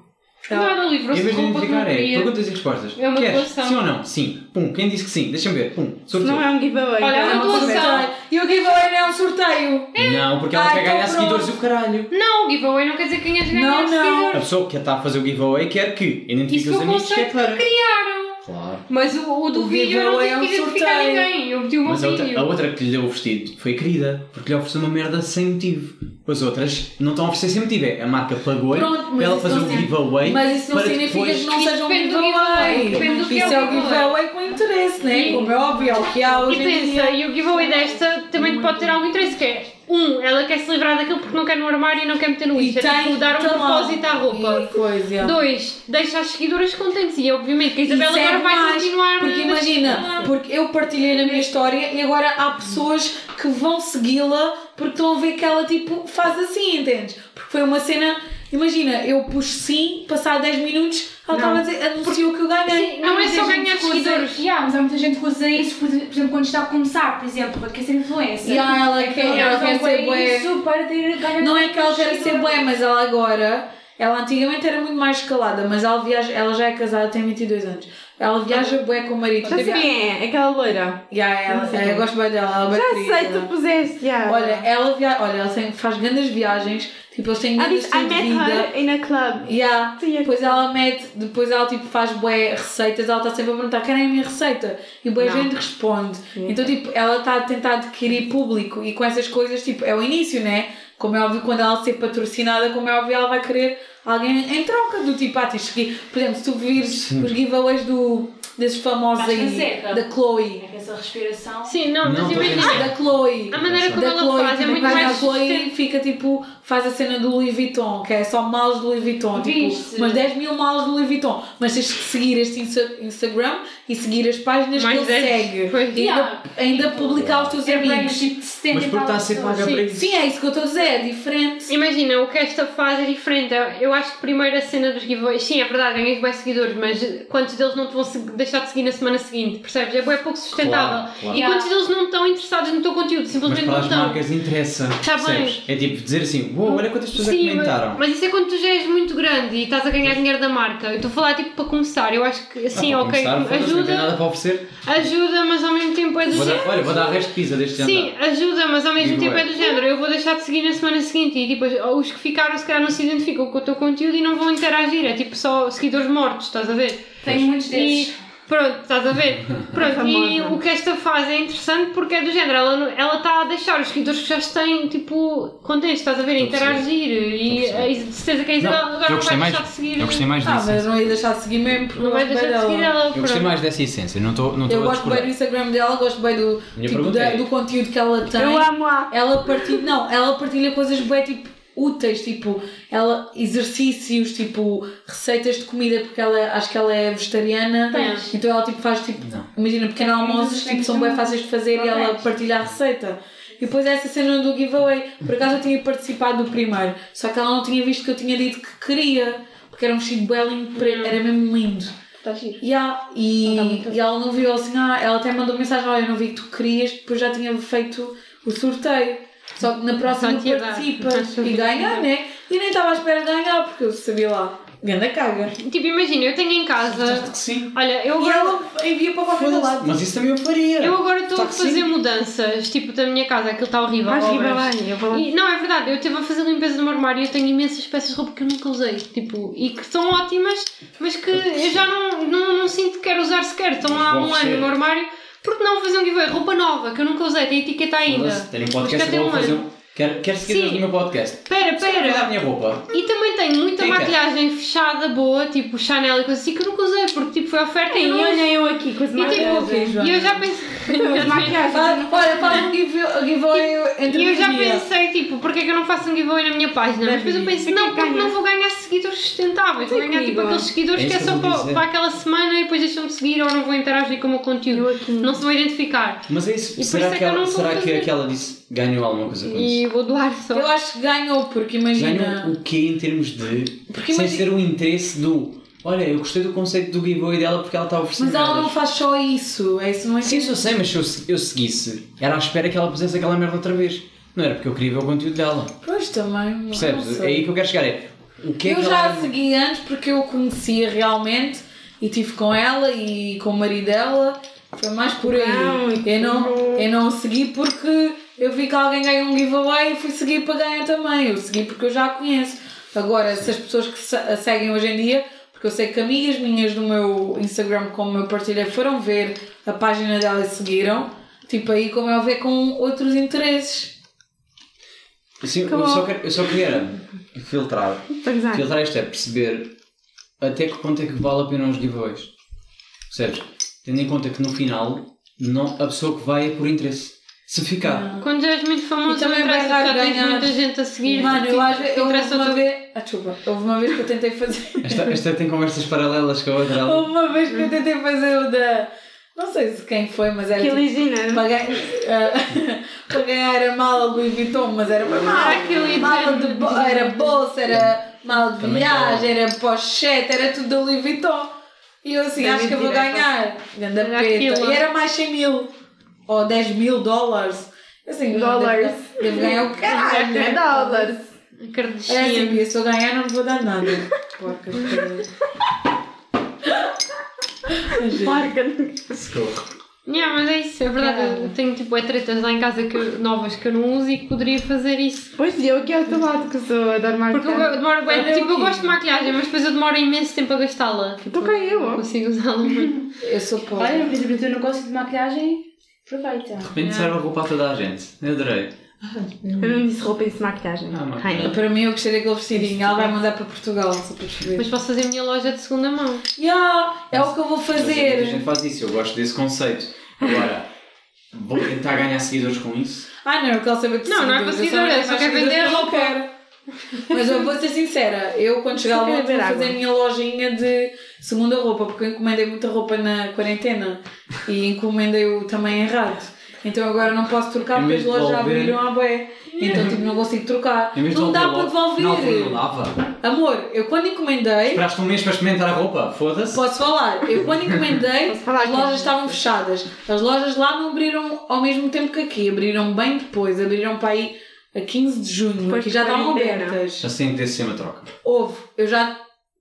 Não, é não Em livrou-se vez de de roupa que não identificar, é queria. perguntas e respostas. É uma Queres? doação. Sim ou não? Sim. Pum, quem disse que sim? Deixa-me ver. Pum, Se sorteio. não é um giveaway. Olha, então eu é uma tô a coisa. usar. E o giveaway não é um sorteio. Não, porque ela Ah, quer então ganhar pronto. seguidores e o caralho. Não, giveaway não quer dizer quem as ganhar Não, não. A seguidores. pessoa que está a fazer o giveaway quer que identifique Isso os foi o amigos que é conceito que para. criaram. Claro. Mas o, o do O vídeo eu não giveaway é tive que um identificar sorteio. ninguém. Eu um meti o meu Mas a outra, a vídeo. outra que lhe deu o vestido foi querida, porque lhe ofereceu uma merda sem motivo. As outras não estão a oferecer sem motivo. é A marca pagou-lhe Pronto, mas para ela isso fazer não o significa- giveaway. Mas isso não para significa depois... que não Isso seja um depende do giveaway. giveaway. Depende do que é Isso o é o giveaway. giveaway com interesse, né? Sim. Como é óbvio, é o que há E hoje em pensa, dia. um e o giveaway desta também pode ter algum interesse, que é um, ela quer se livrar daquilo porque não quer no armário e não quer meter no E lixo. É tipo dar um tá lá. propósito à roupa. E coisa, yeah. Dois, deixa as seguidoras contentes. E obviamente que a E Isabela serve agora vai é mais, continuar. Porque nas- imagina, porque eu partilhei na minha história e agora há pessoas que vão segui-la porque estão a ver que ela tipo faz assim, entendes? Porque foi uma cena. Imagina, eu pus sim, passado 10 minutos, ela estava a dizer, anunciou que eu ganhei. Não é só ganhar seguidores. Yeah, mas há muita gente que usa isso, por por exemplo, quando está a começar, por exemplo, para quer ser influencer. Então, E ah, ela quer, ela quer ser bué. isso para ter, ganhar Não é que ela quer ser seguidores. bué, mas ela agora. Ela antigamente era muito mais calada, mas ela, viaja, ela já é casada, tem 22 anos. Ela viaja bué com o marido. Já sei quem é, aquela loira. Yeah, ela, eu gosto bem dela, ela é Já bem sei, querida. tu puseste, já. Olha, ela, via... Olha, ela tem- faz grandes viagens, tipo, eles têm I, grandes did, Ah, I estilo de met vida. her in a club. Yeah. Sim, é Depois ela mete, depois ela tipo faz bué receitas, ela está sempre a perguntar querem a minha receita e bué Não. é. gente responde. Então tipo, ela está a tentar adquirir público e com essas coisas tipo, é o início, né? Como é óbvio, quando ela ser patrocinada, como é óbvio, ela vai querer alguém em troca do tipo, ah, tens que... Por exemplo, se tu vires os giveaways do, desses famosos Baixa aí, tá? seca. da Chloe. É que essa respiração. Sim, não, Não, mas tô imagina. Da Chloe. Ah, A maneira como da ela Chloe, faz é tipo, muito vai mais na Chloe sustenta- fica tipo, faz a cena do Louis Vuitton, que é só malas do Louis Vuitton, tipo, Viste? umas 10 mil malas do Louis Vuitton, mas tens que seguir este Insta- Instagram e seguir as páginas Mais Tipo, que ele 10, segue é, pois. e ainda, ainda publicar os teus É para amigos. tipo de 70 Mas e porque tal está a ser pessoas. paga para isso. Sim, é isso que eu estou a dizer, é diferente. Imagina, o que esta faz é diferente. Eu acho que primeiro a cena dos giveaways. Sim, é verdade, ganhas bem seguidores, mas quantos deles não te vão se- deixar de seguir na semana seguinte? Percebes? É bem pouco sustentável. Claro, claro. E quantos deles não estão interessados no teu conteúdo? Mas Simplesmente para não as estão. marcas interessa. Tá percebes? É tipo dizer assim: uou, olha quantas pessoas é que Sim, comentaram. mas, mas isso é quando tu já és muito grande e estás a ganhar dinheiro da marca. Eu estou a falar tipo para começar. Eu acho que Ah, assim, para ok, começar, foda-se, Não tem ajuda, nada para oferecer. ajuda, mas ao mesmo tempo é do Vou género. dar, olha, vou dar resto de pizza deste Sim, jantar. ajuda, mas ao mesmo Digo tempo eu. é do género. Eu vou deixar de seguir na semana seguinte e tipo, os que ficaram se calhar não se identificam com o teu conteúdo e não vão interagir. É tipo só seguidores mortos, estás a ver? Tenho muitos E desses. pronto, estás a ver? Pronto, e o que esta faz é interessante porque é do género. Ela não- ela está a deixar os seguidores que já se têm, tipo, contentes, estás a ver? Estou a perceber. Interagir. E Estou a a Is- de certeza que a Isabel agora não vai deixar de seguir. mais Ah, mas não ia deixar de seguir mesmo, porque Não vai eu gosto deixar bem de seguir dela. ela. Eu gostei pronto. mais dessa essência, não estou Eu não estou a gosto bem do discordar. Instagram dela, gosto bem do, Minha tipo, pergunta da- é- do conteúdo que ela tem. Eu amo-a. Ela partilha, não, ela partilha coisas bem tipo úteis, tipo, ela exercícios, tipo, receitas de comida, porque ela acho que ela é vegetariana. Tens. Então ela tipo faz tipo, Não. imagina pequenos almoços, tipo, são bem fáceis de fazer e ela partilha a receita. E depois essa cena do giveaway, por acaso eu tinha participado do primeiro, só que ela não tinha visto que eu tinha dito que queria, porque era um vestido bem lindo, preto, era mesmo lindo. Está giro. Yeah, e, e ela não viu assim, ah, ela até mandou mensagem, olha, eu não vi que tu querias, depois já tinha feito o sorteio. Só que na próxima Só te ia dar. participas e ganhar, né? E nem estava à espera de ganhar, porque eu sabia lá. Ganda caga. Tipo, imagina, eu tenho em casa. que sim. Olha, eu E agora. ela envia para qualquer lado. Mas isso também eu faria. Tá Eu agora estou a Claro que sim. fazer mudanças, tipo, da minha casa, aquilo está horrível. Vais obras. riba bem, eu vou lá. E, não, é verdade, eu estive a fazer limpeza do meu armário e eu tenho imensas peças de roupa que eu nunca usei, tipo, e que são ótimas, mas que eu já não, não, não sinto que quero usar sequer, estão Mas lá há vão um ano ser. no meu armário, porque não fazer um giveaway, roupa nova, que eu nunca usei, tem etiqueta ainda. Foda-se, Tenho um Mas podcast já que tem vou um fazer. ano. um- Quero, quero seguir Sim. no meu podcast. Pera, Quero dar a pera! minha roupa. E também tenho muita Quem quer? maquilhagem fechada, boa, tipo Chanel e coisas assim, que eu nunca usei, porque tipo, foi oferta e E eu não usei. olha eu aqui com as E, maquiagens, tipo, é Joana. e eu já pensei. Com as maquiagens. Ah, olha, faz um give- giveaway entre E eu já Mia. pensei, tipo, porque é que eu não faço um giveaway na minha página? Mas depois eu penso, não, porque não vou ganhar seguidores sustentáveis. Vou ganhar, tipo, comigo. aqueles seguidores É que é isso que só eu vou para, dizer. para aquela semana e depois deixam-me seguir ou não vou interagir com o meu conteúdo. Não se vão identificar. Mas é E por isso. isso Será é que que eu ela- não vou será que fazer. aquela disse ganhou alguma coisa com É E isso? vou doar só. Eu acho que ganhou, porque Ganhou imagina. o quê em termos de. Porque sem imagina- ser o interesse do. Olha, eu gostei do conceito do giveaway dela porque ela está a oferecer. Mas ela merdas." não faz só isso. É isso, não é? Sim, isso eu sei, mas se eu, eu seguisse, era à espera que ela pusesse aquela merda outra vez. Não era porque eu queria ver o conteúdo dela. Pois também. não Percebes? sei. É aí que eu quero chegar. É, o que é eu que já ela... a segui antes porque eu a conhecia realmente e tive com ela e com o marido dela. Foi mais por aí. Não, e eu, não, eu não a segui porque eu vi que alguém ganhou um giveaway e fui seguir para ganhar também. Eu segui porque eu já a conheço. Agora, se as pessoas que se- a seguem hoje em dia, porque eu sei que amigas minhas do meu Instagram, como eu partilhei, foram ver a página dela e seguiram. Tipo, aí como é a ver com outros interesses. Sim, eu, só quero- eu só queria filtrar. Pois Tá. é. Filtrar isto é perceber até que ponto é que vale a pena os giveaways. Percebes? Tendo em conta que no final não, a pessoa que vai é por interesse. Se ficar. Quando já és muito E famoso, também também interessa vai dar porque já tens ganhar. muita gente a seguir. tipo, Mano, eu acho eu houve interessa o uma teu- vez. Ah, desculpa, houve uma vez que eu tentei fazer. Esta, esta tem conversas paralelas com a outra. ela- Houve uma vez que eu tentei fazer o da. Não sei se quem foi, mas era. Que Tipo, legina. para, ganhar, eh, para ganhar era mala Louis Vuitton, mas era uma mala. Ah, que eu ia mala dizer de do- bo- era bolsa, era mala de Também viagem, era pochete, era tudo da Louis Vuitton. E eu assim, Era acho que eu vou mentira, ganhar. Ganda Era peta. tá?" aquilo. E era mais 100 mil. Ou 10 mil dólares. Eu Assim, devo- Dólares. Devo ganhar o caralho. né? É dólares. É Cardecinha. assim, se eu ganhar não vou dar nada. Porcas. Porca. Yeah, mas é isso, é verdade. Eu tenho tipo é tretas lá em casa que eu- novas que eu não uso e que poderia fazer isso. Pois e eu que é o teu lado que sou a dar Porque eu maquiagem. demoro bem. Olha tipo, eu aqui. gosto de maquilhagem, mas depois eu demoro imenso tempo a gastá-la. Tipo, Tô com eu, Não ó. consigo usá-la muito. Eu sou pobre. Olha, Luísa, para o teu negócio de maquiagem, aproveita. De repente serve a roupa a toda a gente. Eu adorei. Eu não disse roupa, disse maquiagem. Ah, Honey. maquiagem. Para mim, eu gostei daquele vestidinho. Ela vai mandar para Portugal, só para escrever. Mas posso fazer a minha loja de segunda mão. Yeah, é o que eu vou Mas muita fazer. gente faz isso, eu gosto desse conceito. Agora, vou tentar ganhar seguidores com isso. Ah, não, eu quero saber de Não, não é para seguidores, seguidores, eu só quer quero mais vender seguidores, roupa. quero. Mas eu vou ser sincera, eu quando chegar Só lá quero vou beber fazer água. a minha lojinha de segunda roupa, porque eu encomendei muita roupa na quarentena e encomendei-o também errado. Então agora não posso trocar Em porque vez as de lojas já devolver- abriram à bué. Então tipo, não consigo trocar. Em vez de Não dá para devolver logo- Não, não devolver. dava. Amor, eu quando encomendei, Esperaste um mês para experimentar a roupa, foda-se. Posso falar? Eu quando encomendei, Posso falar as aqui? lojas estavam fechadas. As lojas lá não abriram ao mesmo tempo que aqui. Abriram bem depois. Abriram para aí a 15 de junho. Depois aqui de já estavam quarentena. abertas. Já sei assim que desse tema troca. Houve. Eu já...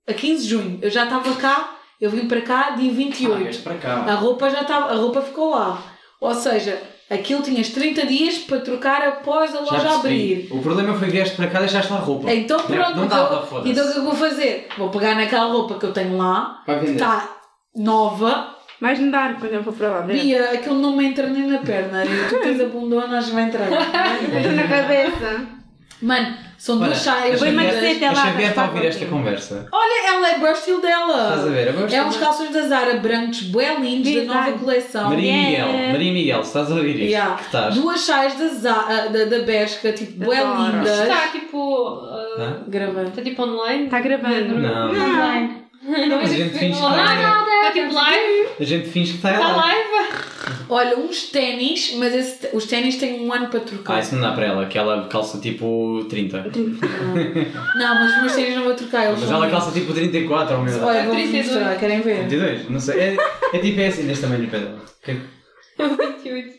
A 15 de junho. Eu já estava cá. Eu vim para cá dia Ah, 28. este para cá. A roupa já estava... A roupa ficou lá. Ou seja, aquilo tinhas 30 dias para trocar após a loja percebi. abrir. O problema foi vieste para cá e deixaste lá a roupa. Então pronto. Não então- dava, foda-se. Então o que eu vou fazer? Vou pegar naquela roupa que eu tenho lá. Vai Que vender. está nova. Vais me dar quando eu for para lá. ver? Bia, aquilo não me entra nem na perna. E tu tens a bundona, acho que vai entrar. Estou na cabeça. Mano, são Olha, duas saias. a vou Xavier- emagrecer até lá, A Xavier mas está tá a faz ouvir esta contigo. conversa. Olha, ela é bem o estilo dela. Estás a ver? Agora É uns estou- calções da Zara brancos, bem lindos, da nova Design. coleção. Maria Yeah. Miguel, Maria Miguel, se estás a ouvir isto, é. Yeah. que estás. Duas saias da, Zara, ah, da, da Bershka, tipo, bem Adoro. Isto lindas. Está tipo. ah, Hã? Gravando. Está tipo online. Está gravando. Não. Não, mas a gente finge que é. Ah. está Está tipo live. A gente finge que tá Tá está Está lá. live. Olha, uns ténis, mas esse- os ténis têm um ano para Ah, trocar. isso não dá para ela, que ela calça tipo 30. não, mas os meus ténis não vou trocar. Eles Mas são ela lindos. calça tipo 34 ao meu. Olha, vou-vos 32. mostrar, querem ver? 22, não sei. É, é tipo é assim deste tamanho, Pedro. Que- 28.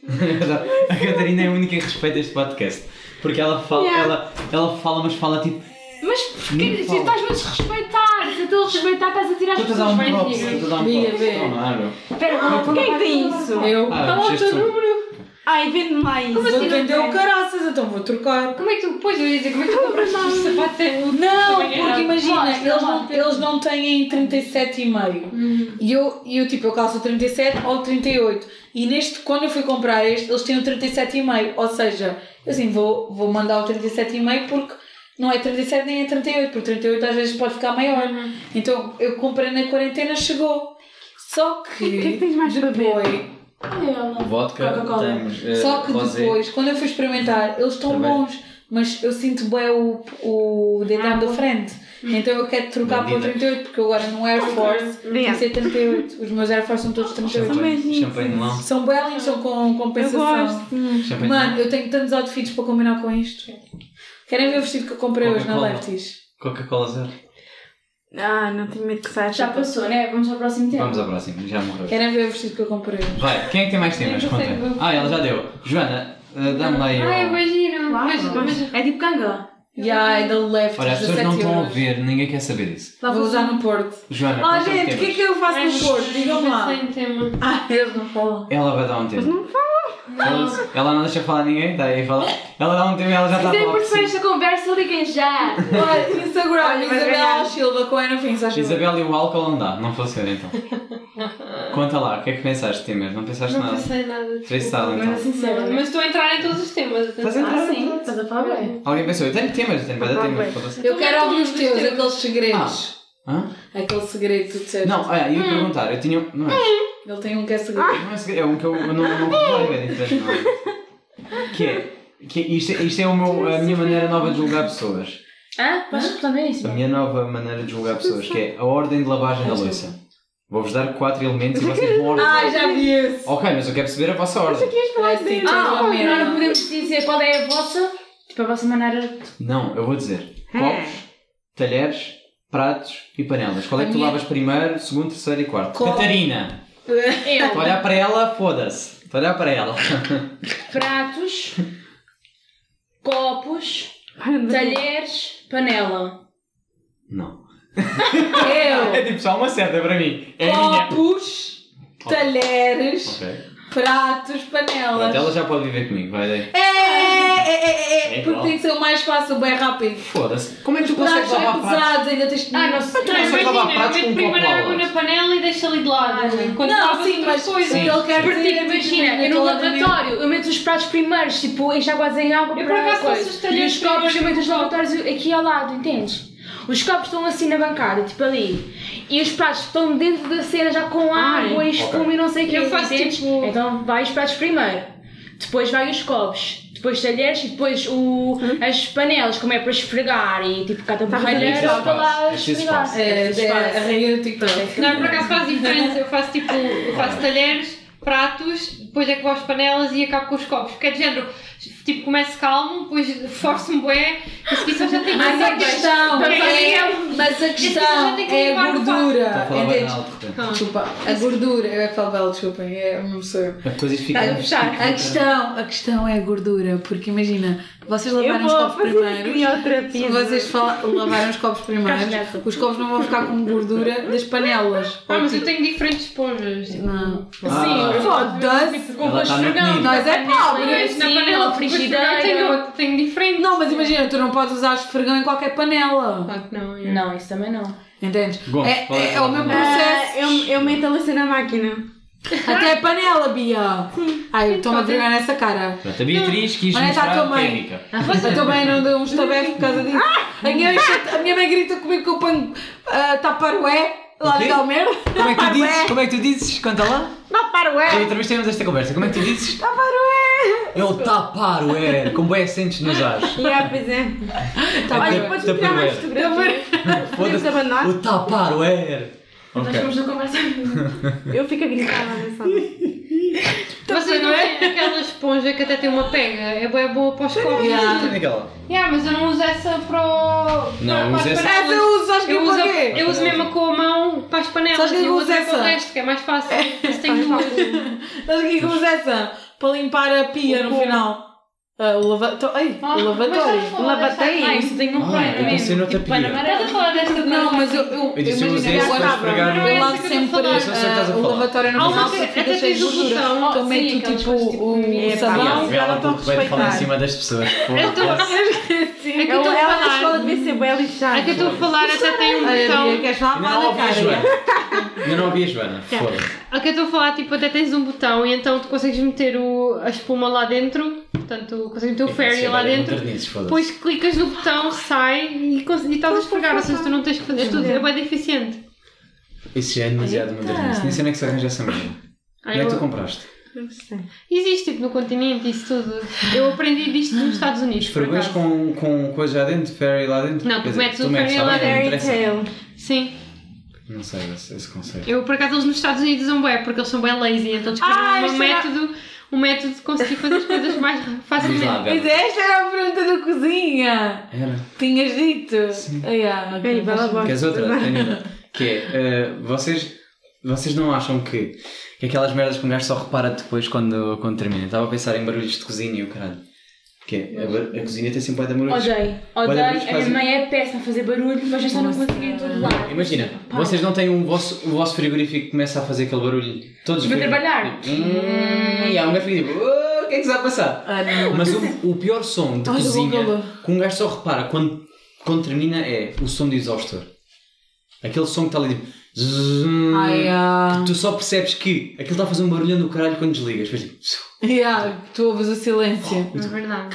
A Catarina é a única que respeita este podcast. Porque ela fala, Yeah. ela, ela fala, mas fala tipo. Mas Não porquê? fala. estás-me a desrespeitar. estou a respeitar, estás a tirar as Tu estás a pessoas dar um bem props, tu disso. estás a dar um Diga, props. vê. Claro. Espera, vamos Quem é que tem isso? Eu. Ah, Fala o mexeste teu tu. número. Ai, vende mais. Mas eu vendeu caraças, então vou trocar. Como é que tu. Pois, eu ia dizer, como é que tu compraste um sapato? Não, Também é. porque era- imagina, Mostra, eles não, mostra. eles não têm 37,5. Uhum. E eu, e eu, tipo, eu calço 37 ou 38. E neste, quando eu fui comprar este, eles tinham 37,5. Ou seja, eu assim, vou, vou mandar o 37,5 porque não é 37 nem é 38, porque 38 às vezes pode ficar maior. Uhum. Então eu comprei na quarentena, chegou. Só que. O que é que tens mais para beber? depois- Vodka, Coca-Cola. temos. eh, Só que rosé. depois, quando eu fui experimentar, eles estão Também. bons, mas eu sinto bem o, o dedão da frente. Então eu quero trocar para o Bandida. 38, porque eu agora no Air Force tem que Yeah. ser 38. Os meus Air Force são todos 38. Champanhe, Também. champanhe de melão. São belinhos, são com Eu compensação. gosto. Champanhe hum. de melão. Mano, eu tenho tantos outfits para combinar com isto. Querem ver o vestido que eu comprei hoje na Coca-Cola. Lefties? Coca-Cola zero. Ah, não tenho medo que saia. Já passou, né? Vamos ao próximo tema. Vamos ao próximo, já morreu. Querem ver o vestido que eu comprei hoje? Vai, quem é que tem mais temas? Conta. Ah, ela já deu. Joana, eh, dá-me lá aí. Ai, o- imagino. Uau. Mas, mas É tipo canga. Yeah, é da Lefties, Olha, as pessoas não 17 estão a euros. ver, ninguém quer saber disso. Vou usar no Porto. Joana, Oh, conta gente, o temas. que é que eu faço no Porto? Digam lá. Sem tema. Ah, eles não falam. Ela vai dar um tema. Ela- Ela não deixa falar ninguém, está aí a falar. Ela dá um tema e ela já está a é é falar. por si. esta conversa, liguem já. Olha, Instagram, vai Isabel ganhar. Silva com Ana Fins, acho que Isabel e o álcool não dá, não funciona então. Conta lá, o que é que pensaste, Timer? Não pensaste Não nada. pensei nada. Freestyle Mas então. assim, Não, sério. Mas estou a entrar em todos os temas. Estás a atenção. entrar? Sim, estás a falar bem. Alguém pensou, eu tenho temas, eu tenho para dar Ah, temas. bem. foda-se. Eu quero ouvir os teus, aqueles segredos. Hã? Aquele segredo que tu disseste. Não, olha, Hum. eu ia perguntar, eu tinha. um- Não é? Ele tem um que é segredo. Não é segredo, é um que eu eu não não revelei, é diferente, não é? Que é, que é- isto, é- isto é o meu, a minha maneira nova de julgar pessoas. Hã? Ah, Vais responder isso? A minha nova maneira de julgar pessoas, que é a ordem de lavagem da louça. Vou-vos dar quatro elementos e vocês vão Ah, ordenar. já vi esse. Ok, mas eu quero perceber a vossa ordem. É assim, Ah, ah, uma nós não merda. podemos dizer qual é a vossa, tipo a vossa maneira de Não, eu vou dizer. Copos, talheres, pratos e panelas. Qual é que tu lavas primeiro, segundo, terceiro e quarto? Copo. Catarina! Eu. Tu olhar para ela, foda-se. Tu olhar para ela. pratos, copos, talheres, panela. Não. É Eu. tipo só uma certa para mim. É a minha. Copos, talheres, Ok. pratos, Pronto, ela panelas. já pode viver comigo, vai daí. É, é, é, É é. igual. Porque tem que ser o mais fácil, bem rápido. Foda-se. Como é que tu consegues Pratos é lavar pratos? pesados, ainda tens de. Ah, não sei. Não, sei lavar Imagina, eu pratos com meto um primeiro copo de água na água. panela e deixo ali de lado. Quando Não, lavas sim, outras mas coisas. se ele quer Porque, dizer, tipo, imagina, eu no naquela lavatório, eu meto os pratos primeiros, tipo, enxaguados em água Eu, por para acaso, coisa. faço os E talheres os copos, eu meto os primeiro no lavatórios aqui ao lado, entendes? Os copos estão assim na bancada, tipo ali. E os pratos estão dentro da cena já com Ai. água e espumo e não sei o que. Eu faço, tipo- Então vai os pratos primeiro. Depois vai os copos. Depois talheres e depois o, as panelas, como é para esfregar e tipo cada borralheira preciso para lá espaço, é preciso esfregar. espaço. É, É, preciso é, a espaço. rainha do TikTok. Não, eu, por acaso faço diferença. Eu faço tipo, eu faço talheres, pratos, depois é que vou às panelas e acabo com os copos. Porque é de género, tipo, começo calmo, depois forço-me bué, e se quiser já tenho Mas a que- questão Porque é, eu- mas a já questão tem que é levar a o gordura. Está a falar bem Entendes? alto. portanto. Desculpa, a gordura, eu é que falo belo, desculpem, é uma pessoa. As coisas Tá, ficam. Está a puxar. A questão, a questão é a gordura, porque imagina, vocês lavaram os copos primeiro. Se crioterapia. vocês fala- lavaram os copos primeiro, nessa. os copos não vão ficar com gordura das panelas. tipo, Ah, mas eu tenho diferentes esponjas. tipo. Não. Ah, Foda-se! ela está no nível. Nós é Ah, Mas pobres! na né? Sim, panela é ou frigideira tenho, outro, tenho diferente. Não, mas imagina, tu não podes usar esfregão em qualquer panela. Claro que não. é. Não, isso também não. Entendes? Bom, é, qual é é- a é o tua mesmo opinião? processo. Ah, eu, eu meto a louça na máquina. Até a panela, Bia! Ai, eu estou-me a vergonha nessa cara. Pronto, a Beatriz quis Olha, está a tua mostrar que é mãe. rica. Ah, Eu também não dou um estabefo por causa disso. Ah! A minha, mãe chata- a minha mãe grita comigo que eu ponho uh, taparué lá O quê? de Galmer. Como é que tu dizes? Como é que tu dizes? Conta lá. Eu Taparué! outra vez tivemos esta conversa. Como é que tu dizes? Taparué! Eu tapar o é, com bem acentos nos ar. Yeah, pois é. Olha, Taparué. podes tirar mais fotografias. Podemos abandonar? O tapar o é. Ok. Vamos a conversar. Eu fico a gritar é lá na sala. Vocês não têm aquela esponja que até tem uma pega. É bué boa para os copos. Yeah. Tem aquela. Yeah, mas eu não uso essa para o... Não, para uso as essa- panelas. Essa eu uso, sabes que Eu eu uso, paguei? eu uso mesmo com a mão para as panelas Sabes que e eu eu uso uso é para o essa? resto, que é mais fácil. Mas tenho duas. Sabes o que é que eu uso essa? Para limpar a pia no final. Ah, o lavatório. Ai, o lavatório. Lavateiro. Ah, isso tem um Ah, pai eu pensei noutra Tipo, pai pia. Estás amarelo. a falar desta coisa? assim? Não, mas eu, eu, Eu disse, eu imagino usei que isso eu para gostava. esfregar. Não é Eu isso lavo que eu sempre estou a ah, falar. Eu sei o que estás a o falar. lavatório Há no uma final, coisa- se fica até cheio de tens o botão. gordura. Eu Sim, meto aquelas tipo coisas tipo o meia sabão. Vê ela do que vai de falar em Respeitar. cima das pessoas. Pô, Eu estou parece- É que eu Ela estou a ela na falar. escola devia ser bem lixada. É que eu estou a falar, até tem um Olha, Maria, botão. é queres Ainda lavar não a ouvi a Joana. cara? Ainda não ouvi a Joana. Foda-se. É que eu estou a falar, tipo, até tens um botão e então tu consegues meter o, a espuma lá dentro. Portanto, consegues É meter o fairy lá dentro. Depois Depois. clicas no botão, sai e, cons- e estás a esfregar. Ou seja, tu não tens que fazer tudo. É bem eficiente. Isso já é demasiado modernice. Nem sei onde é que se arranja essa merda. Ah, Onde é que tu compraste? Existe, tipo, no continente, isso tudo. Eu aprendi disto nos Estados Unidos. por Esfregões acaso. com, com coisa lá dentro? Fairy lá dentro? Não, tu Quer dizer, metes o fairy tá lá é bem, não Fairy interessa. tale. Sim. Não sei esse, esse conceito. Eu, por acaso, eles nos Estados Unidos usam bem, porque eles são bem lazy, então descobriram Ah, um isto era- método, um método de conseguir fazer as coisas mais Diz lá, facilmente. Gabi. Mas é, esta era a pergunta da cozinha. Era. Tinhas dito. Sim. Ah, yeah, ok. Ei, vai lá, vai. Queres outra? Tenho uma. Que é, eh, vocês, vocês não acham que, que aquelas merdas que um gajo só repara depois quando, quando termina? Estava a pensar em barulhos de cozinha e o caralho. Que é, a, bar- a cozinha tem sempre bué de barulhos. Odeio, Olha, odeio. mas A minha fazem- mãe é péssima a fazer barulho, mas já só não consigo em todo lado. Imagina, vocês não têm o vosso, o vosso frigorífico que começa a fazer aquele barulho todos os Vou frigoríficos. trabalhar. Hum, e há um gajo que fica tipo, "Oh, o que é que se vai passar? Ah, não. Mas o, o pior som de Ai, cozinha do bom que um gajo só repara quando, quando termina é o som do exaustor. Aquele som que está ali tipo. zzz, Ai, ah. Tu só percebes que aquilo está a fazer um barulhão do caralho quando desligas. Faz tipo, "Tsu". Yeah, tu ouves o silêncio. É verdade.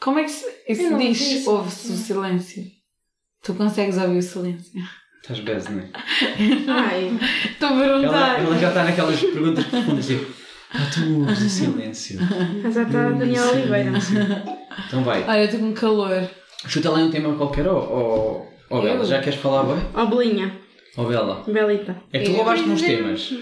Como é que se, Eu isso não ouvi diz? isso. Ouve-se o silêncio. Tu consegues ouvir o silêncio. Estás beze, não é? Ai. Estou a perguntar. Ela, ela já está naquelas perguntas profundas tipo. Ah, tu ouves o silêncio. Mas já está a Daniela Oliveira. Então vai. Olha, eu estou com calor. Chuta lá um tema qualquer ou. ou... ou Bela, Eu? já queres falar, bem? Ó, Belinha. Ou Bela? Belita. É que tu Eu roubaste uns dizer- temas.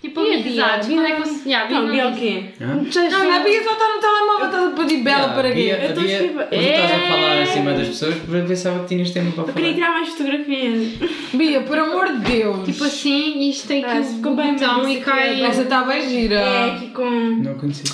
Tipo, E a amizades, Bia? quando é que você... Yeah, Bia Não, não Bia Então, o diz- quê? Hã? Já Não, é sei. a Bia só está no um telemóvel, estás a pedir bela Ah, para Bia- quê? Eu tô Bia, escrevendo. quando estás a É! falar em cima das pessoas, eu pensava que tinhas tema para Eu falar. queria tirar mais fotografias. Bia, por amor de Deus. Tipo assim, isto tem que Ah, o ficou bem botão bem, e cai... Essa está bem gira. É, aqui com... Não conheci.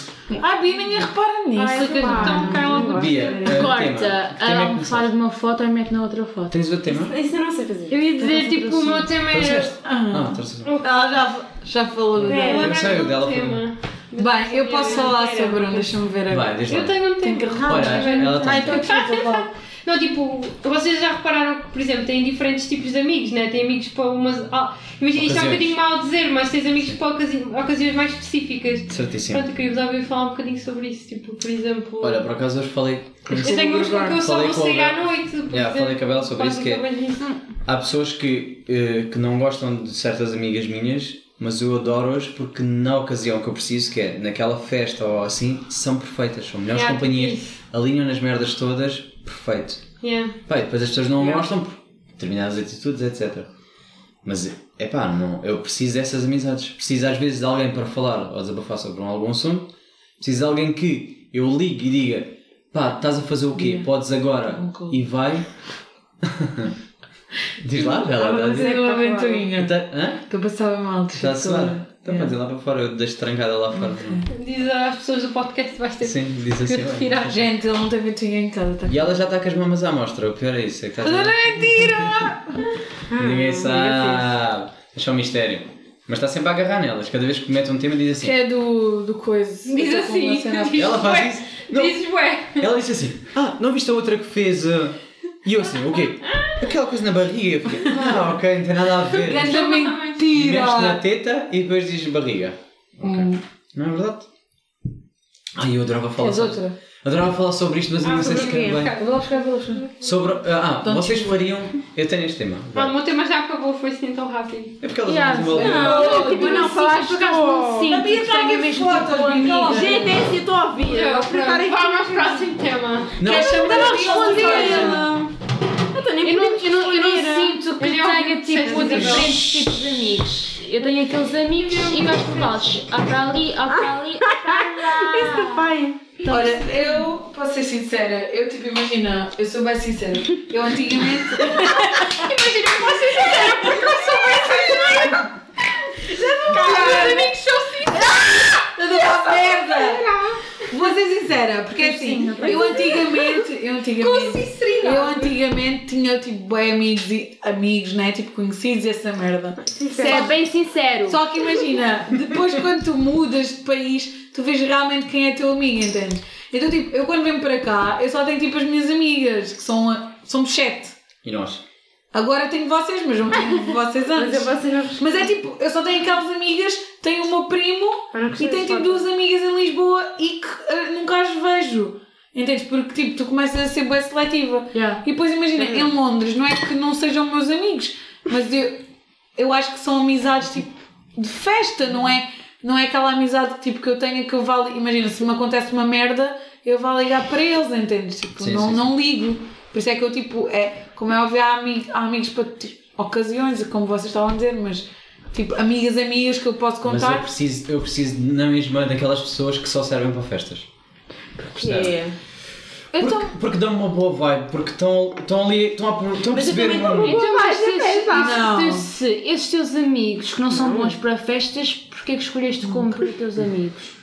Ah, Bia, ninguém repara nisso. Ai, Clicas no botão, cai Ah, logo. Não. Bia, eh, tema. Que Corta, tema é que ela começaste? faz uma foto e mete na outra foto. É. Tens outro tema? Isso eu não sei fazer. Eu ia dizer, tipo, o meu tema era... Trouxeste? Ah, trouxeste. Ela já, já falou É. dela. um Eu sei, o dela foi- Bem, eu posso falar sobre um, deixa-me ver Vai, agora. diz Eu lá. tenho um tema. Olha, ela Ah, tem um então desculpa, fala. Não, tipo, vocês já repararam que, por exemplo, têm diferentes tipos de amigos, né? Tem amigos para umas. ah, imagina, isto é um Ocasiões. bocadinho mal dizer, mas tens amigos para ocasi- ocasiões mais específicas. Certíssimo. Pronto, eu queria vos ouvir falar um bocadinho sobre isso. Tipo, por exemplo. Olha, por acaso hoje falei. eu tenho amigos com que eu só Falei vou com a sair à Bela. noite. por Yeah, falei com a Bela sobre isso, que é- basicamente isso. Há pessoas que, eh, que não gostam de certas amigas minhas, mas eu adoro-as porque na ocasião que eu preciso, que é naquela festa ou assim, são perfeitas, são É, melhores Yeah, companhias, isso. alinham nas merdas todas, perfeito. Yeah. Pá, e depois as pessoas não gostam por determinadas atitudes, etc. Mas é pá, não, eu preciso dessas amizades. Preciso às vezes de alguém para falar ou desabafar sobre um- algum assunto. Preciso de alguém que eu ligue e diga: pá, estás a fazer o quê? Podes agora Um e vai. Diz lá, Ah, Bela. vou Está fazer uma ventoinha. hã? Estou a passar mal. de Está a calor. suar? Então pode ir é lá para fora, eu deixo trancada lá fora. Diz às pessoas do podcast que vais ter Sim, diz que assim. olha. retirar. Gente, ele não tem ventoinha em casa, tá? E ela já está com as mamas à mostra, o pior é isso. É que está Não é mentira! Ah, Ninguém sabe. Deixa um mistério. Mas está sempre a agarrar nelas. Cada vez que mete um tema diz Que assim. é do, do coisa. Diz Eu tô com uma assim. cena- Diz, Ela ué. faz isso. Não. Dizes, ué. Ela disse assim. Ah, não viste a outra que fez. ah?" E eu assim, o quê? Aquela coisa na barriga. Eu fiquei, ah, ok, não tem nada a ver. Ganda Mexe na mentira! teta e depois diz barriga. Ok. Hum. Não é verdade? Ai, eu adorava falar. Queres Ah, sobre- outra? Adorava falar sobre isto, mas eu não sei se quero bem. Eu vou lá buscar, vou lá buscar. Sobre. Ah, ah, Don't vocês fariam. Eu tenho este tema. Ah, o vai. meu tema já acabou, foi assim tão rápido. É porque elas Yeah, não fazem uma Não, eu, tipo, não, falaste Por acaso não com... sinto. A Bia traga fotos, amiga. Gente, é assim, eu estou a ouvir. Eu vou Pronto, apertar aqui. Vá mais próximo tema. Não, Não respondi a ela. Eu tô nem Eu não, podendo eu não, eu não responder. sinto que tenha tipo diferente. diferentes tipos de amigos. Eu tenho aqueles amigos e gosto por nós. Há para ali, há para ali, há para lá. Isso, pai. Olha, eu, posso ser sincera, eu tipo, imagina, eu sou bem sincera. Eu antigamente. imagina, eu posso ser sincera porque eu sou bem sincera. Já não quero amigos são sinceros. Eu dou uma "Ah, merda! Vou ser sincera, porque é assim, eu antigamente, eu antigamente, eu antigamente tinha tipo bem amigos, e- amigos, né, tipo conhecidos e essa merda. É bem sincero. Só que imagina, depois quando tu mudas de país, tu vês realmente quem é teu amigo, entendes? Então tipo, eu quando venho para cá, eu só tenho tipo as minhas amigas, que são, a- somos sete. E nós? Agora tenho vocês, mas não tenho vocês Mas eu antes. vocês não. Mas é tipo, eu só tenho aquelas amigas, tenho o meu primo Eu não e gostei tenho desse tipo duas amigas em Lisboa e que ah, nunca as vejo. Entendes? Porque tipo, tu começas a ser bem seletiva. Yeah. Uhum. E depois imagina, em Londres, não é que não sejam meus amigos, mas eu, eu acho que são amizades tipo de festa, não é? Não é aquela amizade tipo que eu tenho que eu vá. li- Imagina, se me acontece uma merda, eu vá ligar para eles, entendes? Tipo, Sim, não, sim, não ligo. Por isso é que eu tipo, é, como é óbvio, há, ami- há amigos para tipo, ocasiões, como vocês estavam a dizer, mas tipo, amigas, amigas que eu posso Mas é eu contar. preciso, eu preciso na mesma daquelas pessoas que só servem para festas. Percebe? Então, Porque, porque dão uma boa vibe, porque estão estão ali, estão a, estão a perceber o mundo. Então, mas se esses, Não. esses, teus- esses é teus amigos que não são bons para festas, porquê é que escolheste como para os teus amigos?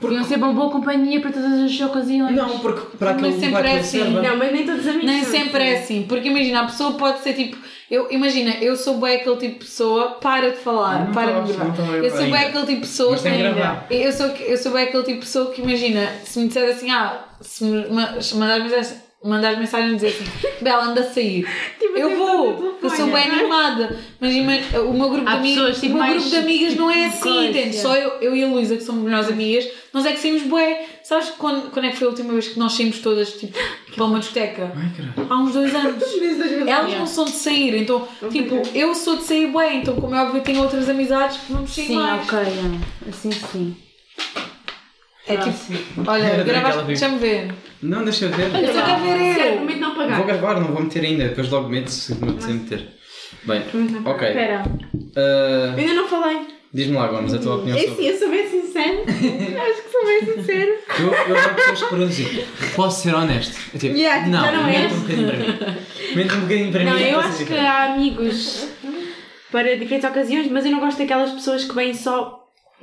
Podiam ser uma boa companhia para todas as ocasiões. Não, porque para Mas aquele sempre lugar que é ele assim. serve. Não, mas nem todos os amigos. Nem são sempre assim. é assim, porque imagina, a pessoa pode ser tipo, eu imagina, eu sou bem aquele tipo de pessoa, para de falar, Não para de estava- não gravar. estava Eu sou bem ainda. aquele tipo de pessoa Mas tem que gravar. eu sou, eu sou bem aquele tipo de pessoa que imagina, se me disser assim, ah, se me ma- se mandares mensagem, mandares mensagem e dizer assim, Bela, anda a sair. Tipo, eu vou, eu sou bem animada. Mas ima- o meu grupo Há de amigas, pessoas, o tipo, meu mais grupo de amigas não é assim, coisa. entende? Só eu, eu e a Luísa, que somos melhores amigas, nós é que saímos bué. Sabes quando, quando é que foi a última vez que nós saímos todas, tipo, para uma discoteca? Ai, caralho. Há uns dois anos. Elas não são de sair, então, tipo, eu sou de sair bem, então, como é óbvio, eu tenho outras amizades que vamos sair Sim, mais. ok, não. assim sim. Ah, É tipo, olha, Era gravaste, daquela vez. deixa-me ver. Não, deixa eu ver. Eu só quero ver eu. não Vou gravar, não vou meter ainda, depois logo meto se me sem meter. Bem, ok. Espera. ah, Ainda não falei. Diz-me lá, Gomes, a tua opinião É sobre. sim, eu sou bem sincero. Acho que sou bem sincero. Eu, eu já pessoas que produzem. Posso ser honesto? Eu, tipo, Yeah, tipo, não, já não é. mente um bocadinho para mim. Mente um bocadinho para Não, mim. eu posso acho ser que diferente. há amigos para diferentes ocasiões, mas eu não gosto daquelas pessoas que vêm só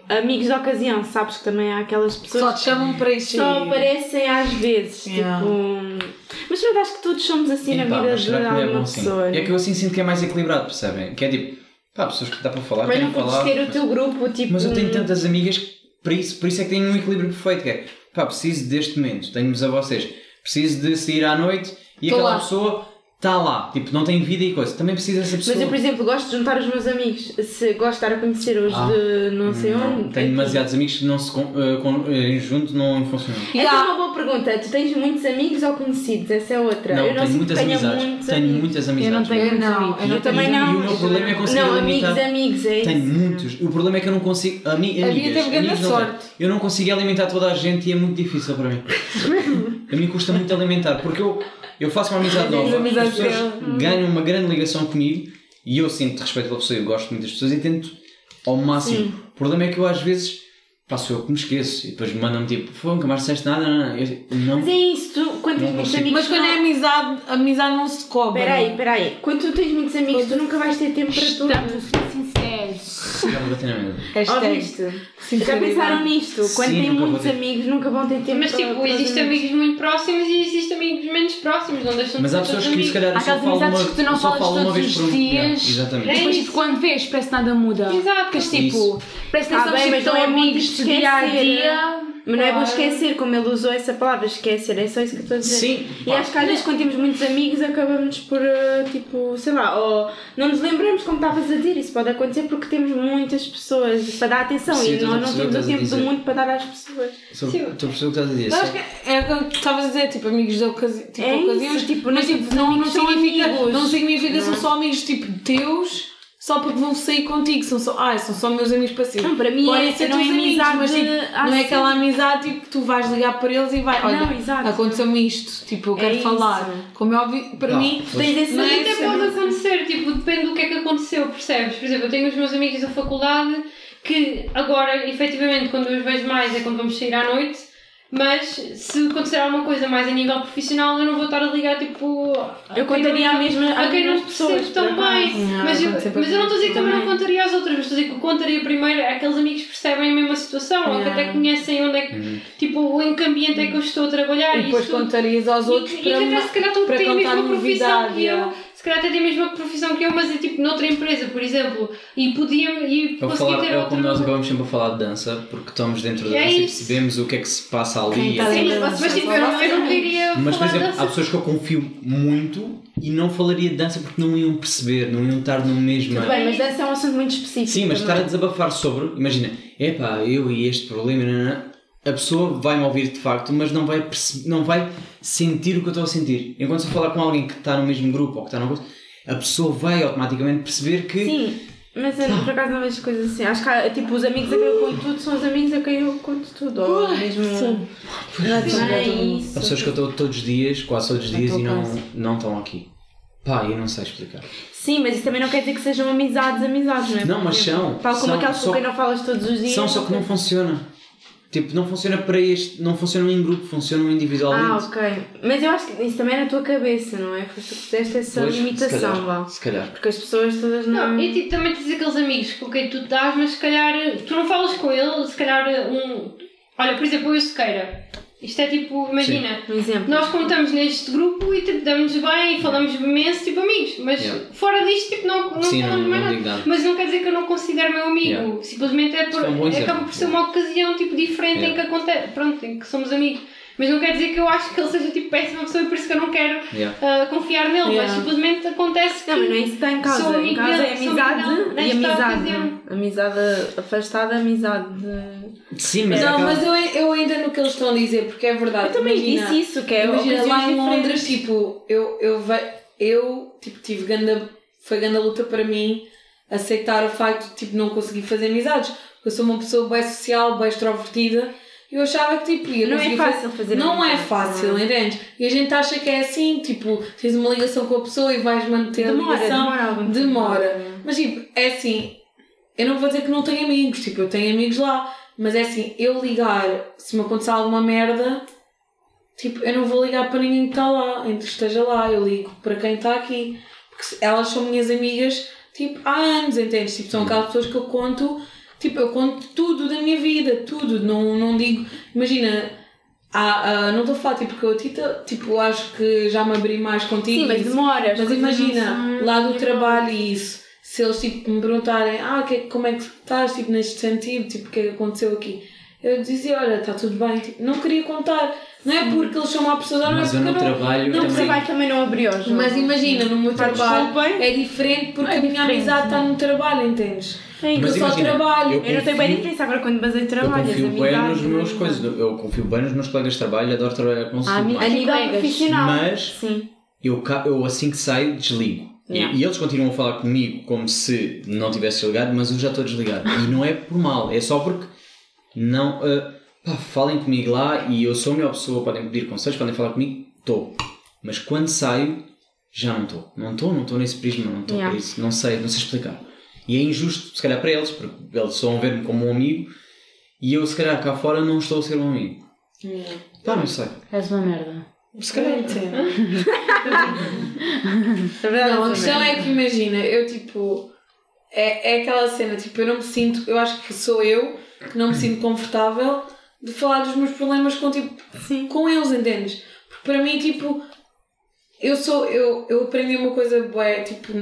amigos de ocasião, sabes? Que também há aquelas pessoas Só te chamam para que isso. só aparecem às vezes. Yeah. Tipo. Mas eu acho que todos somos assim Epá, na vida mas de será que não é alguma bom assim? pessoa. É que eu assim sinto que é mais equilibrado, percebem? Que é tipo, pá, pessoas que dá para falar, Mas têm não que falar. podes ter o mas- teu grupo, tipo. Mas eu tenho tantas amigas que por isso, por isso é que tenho um equilíbrio perfeito, que é pá, preciso deste momento, tenho-vos a vocês, preciso de sair à noite e Tô aquela lá. pessoa está lá, tipo, não tem vida e coisa, também precisa dessa pessoa. Mas eu, por exemplo, gosto de juntar os meus amigos. Se gosto de estar a conhecer os Ah. de não sei Não, onde. é Tenho demasiados amigos que não se con- eh, con- eh, junto não funcionam. Essa Yeah. é uma boa pergunta. Tu tens muitos amigos ou conhecidos? Essa é outra. Não, eu não tenho sinto muitas que tenha amizades. muitos tenho amigos. muitas Eu amizades. não tenho Eu muitos não, amigos. eu não Eu também tenho. não. E o meu mas- problema é conseguir Não, limitar- amigos, amigos, é isso. Tenho muitos. O problema é que eu não consigo. Ami, A amigas, Bia teve grande amigos não tenho. sorte. Eu não consigo alimentar toda a gente e é muito difícil para mim. a mim custa muito alimentar, porque eu, eu faço uma amizade Tens nova, as amizade pessoas Hum. dela. ganham uma grande ligação comigo e eu sinto respeito pela pessoa, eu gosto muito das pessoas e tento ao máximo. O problema é que eu às vezes faço eu que me esqueço e depois mandam-me tipo, "Fogo, nunca mais disseste nada, não, não. Eu, não. Mas é isso, tu, quando Não tens muitos consigo. amigos. Mas quando é amizade, amizade não se cobra. Peraí, peraí. Quando tu tens muitos amigos, tu nunca vais ter tempo para tudo. Já me bateu na mesa. Hashtag. Ouviste? Já sinceridade. pensaram nisto? Quando Sim, têm nunca vou muitos ter. amigos, nunca vão ter tempo Mas para tipo, para os existem amigos muito próximos e existem amigos menos próximos, não deixam Mas de há ser todos pessoas que amigos. se calhar eu só aquelas falam uma, amizades que tu não eu só falas falo uma todos vez os por um- Yeah, dias. exatamente. É Depois, isso. tipo, quando vês, parece que nada muda. Exato. Ficas tipo, parece que Ah, não somos bem, tipo, mas não tão é muito amigos de dia a esquecer. dia. Mas não é bom Claro. esquecer, como ele usou essa palavra, esquecer, é só isso que eu estou a dizer. Sim, E pá. acho que às vezes quando temos muitos amigos acabamos por, eh, tipo, sei lá, ou não nos lembramos como estavas a dizer, isso pode acontecer porque temos muitas pessoas para dar atenção Sim, e estou a nós não perceber o que estás temos a o tempo do dizer. mundo para dar às pessoas. Estou estou a perceber o que estás a dizer. Eu só- acho que é era o que tu estavas a dizer, tipo, amigos de ocasi tipo, É isso, ocasiões. tipo, mas não- tipo, não, não, amigos são significa, amigos. não significa que são só amigos tipo teus, só porque vão sair contigo. São só, ai, são só meus amigos para si. Não, para mim Podem é- ser não é teus amigos, amizade, mas tipo, ah, não é sim. aquela amizade tipo, que tu vais ligar para eles e vai, olha, Não, exato. aconteceu-me isto, tipo, eu É quero isso. falar. Como é óbvio, para Não, mim, pois. Tens esse Não é Até isso. pode acontecer, tipo, depende do que é que aconteceu, percebes? Por exemplo, eu tenho os meus amigos da faculdade que agora, efetivamente, quando os vejo mais é quando vamos sair à noite, Mas se acontecer alguma coisa mais a nível profissional, eu não vou estar a ligar tipo. a Eu quem contaria não- a mesma a quem não se percebe tão bem. mas, eu, mas eu não estou a dizer que também não contaria às outras, mas estou a dizer que contaria primeiro àqueles amigos que percebem a mesma situação ou que até conhecem onde é que. Uhum. Tipo, em que ambiente é que eu estou a trabalhar E depois isso tudo. contarias aos outros E, que- e para que até se calhar tu para têm a contar mesma profissão novidade, que eu. yeah. Se calhar até têm a mesma profissão que eu, mas é tipo noutra empresa, por exemplo. E podia e Eu vou conseguia falar, ter é outro. como nós acabamos sempre a falar de dança, porque estamos dentro da É dança e isso. percebemos o que é que se passa Quem ali. está etc. Sim, Sim, mas, mas tipo, eu não, eu não queria Mas, por falar exemplo, dessa- há pessoas que eu confio muito e não falaria de dança porque não iam perceber, não iam estar no mesmo. tipo. Bem, mas esse é um assunto muito específico. Sim, mas estar também. a desabafar sobre, imagina, epá, eu e este problema, nananã, a pessoa vai-me ouvir de facto, mas não vai, perce- não vai sentir o que eu estou a sentir. Enquanto se eu falar com alguém que está no mesmo grupo ou que está no grupo, a pessoa vai automaticamente perceber que. Sim, mas eu por acaso não vejo coisas assim. Acho que há, tipo, os amigos a quem eu conto tudo são os amigos a quem eu conto tudo. Ou mesmo. Sim. Não é isso. Há pessoas que eu estou todos os dias, quase todos os dias, e não, não estão aqui. Pá, eu não sei explicar. Sim, mas isso também não quer dizer que sejam amizades, amizades, não é? Não, mas Porque, são. Tal como são, aquelas só- com quem não falas todos os dias. São, só que não funciona. Tipo, não funciona para este, não funcionam em grupo, funcionam individualmente. Ah, ok. Mas eu acho que isso também é na tua cabeça, não é? Foste tu que fizeste essa Pois, se limitação, calhar, Val. Se calhar. Porque as pessoas todas não. Não, e tipo, também tens aqueles amigos com quem tu te dás, mas se calhar tu não falas com ele, se calhar um. Olha, por exemplo, eu Sequeira. Isto é tipo, imagina, Um exemplo. nós contamos neste grupo e tipo, damos bem e falamos imenso, tipo amigos, mas Yeah. fora disto, tipo, não, não Sim, não, falamos mais não nada. digo nada. Mas não quer dizer que eu não considero meu amigo, Yeah. simplesmente é por, Isso é um bom acaba exemplo. por ser uma ocasião tipo, diferente em Yeah. que acontece, pronto, em que somos amigos. Mas não quer dizer que eu acho que ele seja tipo péssima pessoa e por isso que eu não quero Yeah. ah, confiar nele, mas Yeah. simplesmente acontece que. Não, mas não é isso que está em casa. Sou em amiga- casa é sou amizade amiga e nesta amizade. ocasião. Amizade afastada, amizade. de- Sim, mas é Não, acaba- mas eu, eu ainda no que eles estão a dizer, porque é verdade. Eu também imagina, disse isso, que é Imagina ocasiões lá em diferentes. Londres, tipo, eu, eu, ve- eu tipo, tive ganda, foi ganda luta para mim aceitar o facto de tipo, não conseguir fazer amizades. Eu sou uma pessoa bem social, bem extrovertida. e Eu achava que tipo, ia Não é conseguir fácil fazer Não é amizade. fácil, entende? E a gente acha que é assim, tipo, tens uma ligação com a pessoa e vais manter a Demora, ligação. demora algum tempo. Demora. Mas tipo, é assim, eu não vou dizer que não tenho amigos, tipo, eu tenho amigos lá, mas é assim, eu ligar, se me acontecer alguma merda, tipo, eu não vou ligar para ninguém que está lá, entre esteja lá, eu ligo para quem está aqui. Porque se- elas são minhas amigas, tipo, há anos, entendes? Tipo, são aquelas pessoas que eu conto, tipo, eu conto tudo da minha vida, tudo, não, não digo, imagina. há- há- não estou a falar tipo que eu a Tita, tipo, acho que já me abri mais contigo. Sim, mas e- demora. as É, mas coisas assim. não imagina, são- lá do trabalho e isso, se eles tipo, me perguntarem ah, que, como é que estás tipo, neste sentido, tipo, o que é que aconteceu aqui? Eu dizia, olha, está tudo bem, tipo, não queria contar. Não é porque eles são má pessoa, não é mas porque eu eu no não. trabalho Não, o também. trabalho também não é? abriu. João. Mas imagina, no meu trabalho desculpem. é diferente porque a minha amizade está no trabalho, entendes? Sim. Mas eu só imagina, trabalho. eu Eu não tenho bem diferença agora quando basei Eu é trabalho. confio bem nos meus coisas, eu confio bem nos meus colegas de trabalho, adoro trabalhar Ah, com os Ah, A mais. nível profissional. Mas Sim. eu, ca- eu assim que saio, desligo. E- Yeah. E, eles continuam a falar comigo como se não tivesse ligado, mas eu já estou desligado. e não é por mal, é só porque não. ah, pá, falem comigo lá e eu sou a melhor pessoa, podem pedir conselhos, podem falar comigo, estou. Mas quando saio, já não estou. Não estou, não estou nesse prisma, não estou Yeah. para isso, não sei, não sei explicar. E é injusto, se calhar, para eles, porque eles só vão ver-me como um amigo e eu, se calhar, cá fora não estou a ser um amigo. Pá, não sei. És uma merda. Se calhar. Na verdade, Não, a eu questão também. é que imagina, eu tipo. É, é aquela cena, tipo, eu não me sinto. Eu acho que sou eu que não me sinto confortável de falar dos meus problemas com, tipo, é com eles, entendes? Porque para mim, tipo. Eu sou. Eu, eu aprendi uma coisa boa, tipo,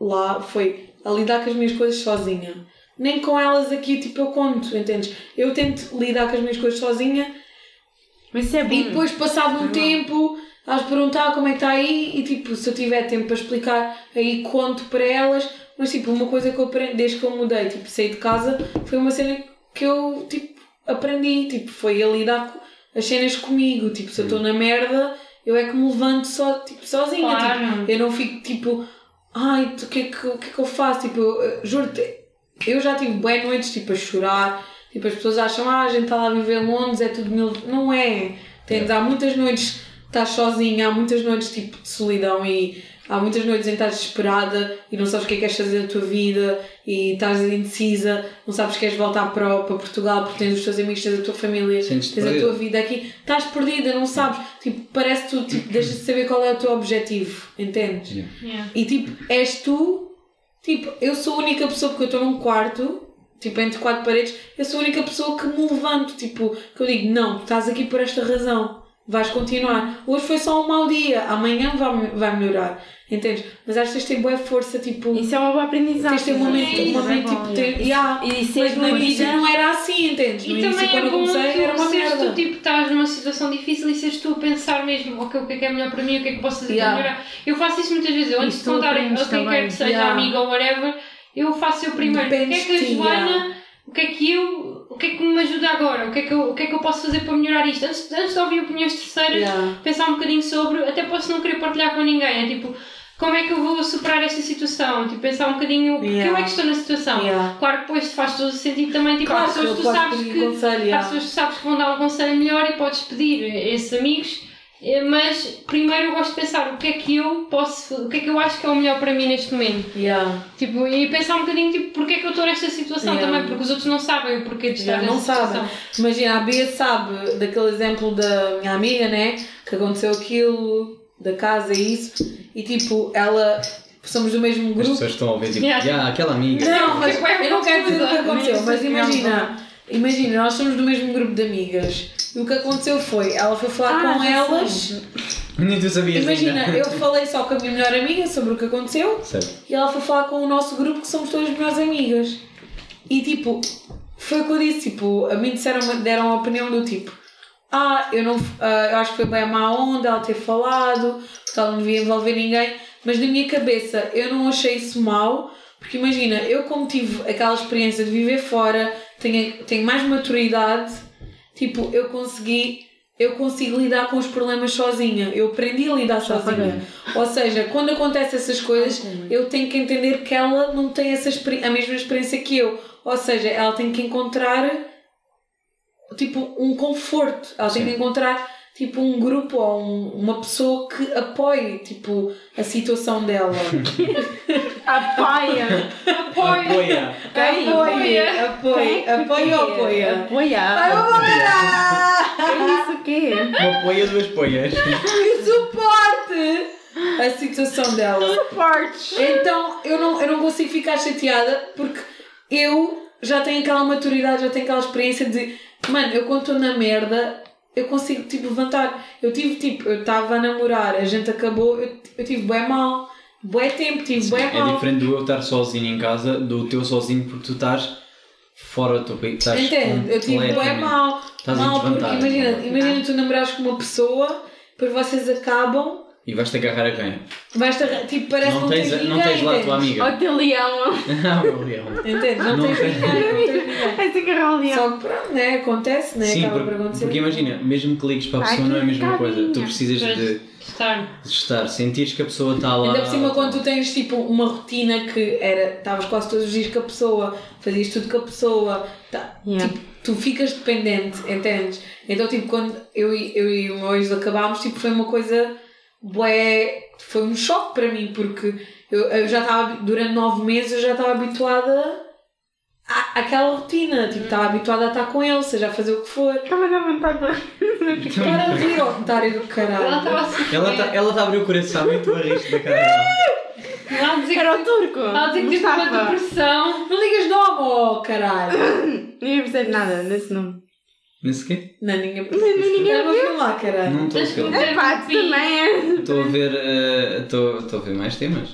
lá foi a lidar com as minhas coisas sozinha. Nem com elas aqui, tipo, eu conto, entendes? Eu tento lidar com as minhas coisas sozinha Mas isso é Hum. e bom. depois, passado um tempo, elas perguntar como é que está aí e tipo, se eu tiver tempo para explicar, aí conto para elas. Mas tipo, uma coisa que eu aprendi desde que eu mudei, tipo, saí de casa, foi uma cena que eu tipo, aprendi, tipo, foi a lidar com as cenas comigo, tipo, se eu estou na merda, eu é que me levanto so, tipo, é sozinha, Claro. tipo, eu não fico tipo, ai, tu- o que, é que, o que é que eu faço? Tipo, eu, eh, juro-te, eu já tive boas noites, tipo, a chorar, tá tipo, as pessoas acham, ah, a gente está lá a viver em Londres, é tudo mil... Não é, Entendes? Há muitas noites estás sozinha, há muitas noites tipo de solidão e há muitas noites em que estás desesperada e não sabes o que é que queres fazer da tua vida e estás indecisa, não sabes que queres voltar para, para Portugal porque tens os teus amigos, tens a tua família, Sentes-te tens a perdida. tua vida aqui, estás perdida, não sabes, tipo, parece que tu tipo, deixas de saber qual é o teu objetivo, entendes? Yeah. Yeah. E tipo, és tu, tipo, eu sou a única pessoa, porque eu estou num quarto, tipo, entre quatro paredes, eu sou a única pessoa que me levanto, tipo, que eu digo, não, estás aqui por esta razão, vais continuar. Hoje foi só um mau dia, amanhã vai, vai melhorar, entendes? Mas às vezes tem boa força, tipo, Isso é uma boa aprendizagem. é tens de ter um momento, um momento é tipo, ter, yeah. E é mas ser no início doida. não era assim, entendes? No E início também quando é eu bom comecei era tu uma seres tu, merda. tipo, estás numa situação difícil e seres tu a pensar mesmo, ok, o que é que é melhor para mim, o que é que posso fazer Yeah. para melhorar. Eu faço isso muitas vezes, eu antes de tu contar a aprendes quem quer também. que seja, Yeah. amigo ou whatever, eu faço eu primeiro. o que é que a Dependes de ti, Joana, yeah. o que é que eu, o que é que me ajuda agora, o que é que eu, o que é que eu posso fazer para melhorar isto? Antes, antes de ouvir opiniões terceiras, Yeah. pensar um bocadinho sobre, até posso não querer partilhar com ninguém, é tipo, como é que eu vou superar esta situação? Tipo, pensar um bocadinho, porque Yeah. eu é que estou na situação. Yeah. Claro que depois faz todo o sentido também, tipo, há Claro, pessoas que tu podes sabes pedir que, conselho, há yeah. pessoas que sabes que vão dar um conselho melhor e podes pedir a esses amigos, eh, mas primeiro eu gosto de pensar o que é que eu posso, o que é que eu acho que é o melhor para mim neste momento. Yeah. Tipo, e pensar um bocadinho, tipo, porque é que eu estou nesta situação Yeah. também, porque os outros não sabem o porquê de estar Já nesta não situação. sabem. Imagina, a Bia sabe daquele exemplo da minha amiga, né? Que aconteceu aquilo, da casa e isso. E tipo, ela. Somos do mesmo As grupo. pessoas estão a ouvir, tipo, Yeah. "Ya, aquela amiga. Não, mas Tipo, é eu não quero dizer o que absurdo. aconteceu, mas assim. Não, imagina. Imagina, nós somos do mesmo grupo de amigas. E o que aconteceu foi, ela foi falar com elas. Nem tu sabias Imagina, ainda. eu falei só com a minha melhor amiga sobre o que aconteceu. Certo. E ela foi falar com o nosso grupo, que somos todas melhores amigas. E tipo, foi o que eu disse: tipo, a mim disseram, deram a opinião do tipo, ah, eu, não, ah, eu acho que foi bem a má onda ela ter falado, porque ela não devia envolver ninguém. Mas na minha cabeça eu não achei isso mal, porque imagina, eu como tive aquela experiência de viver fora, tenho, tenho mais maturidade, tipo, eu consegui. Eu consigo lidar com os problemas sozinha. Eu aprendi a lidar sozinha. Ou seja, quando acontecem essas coisas, eu tenho que entender que ela não tem essa experi- a mesma experiência que eu. Ou seja, ela tem que encontrar tipo um conforto. Ela tem que encontrar tipo um grupo ou um- uma pessoa que apoie tipo a situação dela. Apoia. Apoia. Quem? Apoie, apoie, apoie ou apoia. é Ah, Apoia. Apoia! Quem disse o quê? Uma poia, duas poias. Que suporte a situação dela. Fortes. Então eu não, eu não consigo ficar chateada porque eu já tenho aquela maturidade, já tenho aquela experiência de mano, eu quando estou na merda eu consigo tipo levantar. Eu tive tipo, eu estava a namorar, a gente acabou, eu, eu tive bem mal, bué tempo, tive bem É mal. diferente do eu estar sozinho em casa do teu sozinho porque tu estás fora do teu país. Estás Entende? Eu tive bué completamente- mal, é Estás em mal porque desvantagem. é? imagina, imagina tu namorares com uma pessoa, depois vocês acabam, E vais-te agarrar a quem? vais-te arran- tipo, parece que não, não tens, tens não tens ninguém, lá a tua amiga. Ou teu leão. Ah, meu leão. Entendes? Não, Não tens tens. ninguém, não tens ninguém. Vais agarrar o leão. Só que pronto, né? Acontece, né? Sim, Acaba por porque, acontecer. porque imagina, mesmo que ligues para a Ai, pessoa não é a que mesma coisa. Tu carinha. precisas de Estar. estar, sentires que a pessoa está lá. Ainda por cima, quando tu tens tipo uma rotina que era, estavas quase todos os dias com a pessoa, fazias tudo com a pessoa, tá, Yeah. tipo, tu ficas dependente, entendes? Então, tipo, quando eu, e- eu e o meu ex acabámos, tipo, foi uma coisa, bué, foi um choque para mim, porque eu, eu já estava, durante nove meses, eu já estava habituada à, àquela rotina, tipo, estava habituada a estar com ele, seja a fazer o que for. Estava a dar vontade de- Para a rir, otário do Ah, caralho. Ela assim, estava a sofrer. Ela está ela tá a abrir o coração e tu arristes da cara dela. Ela a dizer que Era o turco. ela a dizer que teve uma Mustafa. depressão. Não ligas não, amor, caralho. Ninguém percebe nada desse nome. Nesse quê? Não, ninguém ninguém Era uma filme lá, caralho. Não estou a Mas ver. não- Pá, tu também é. Estou a ver. eh, Estou estou a ver mais temas.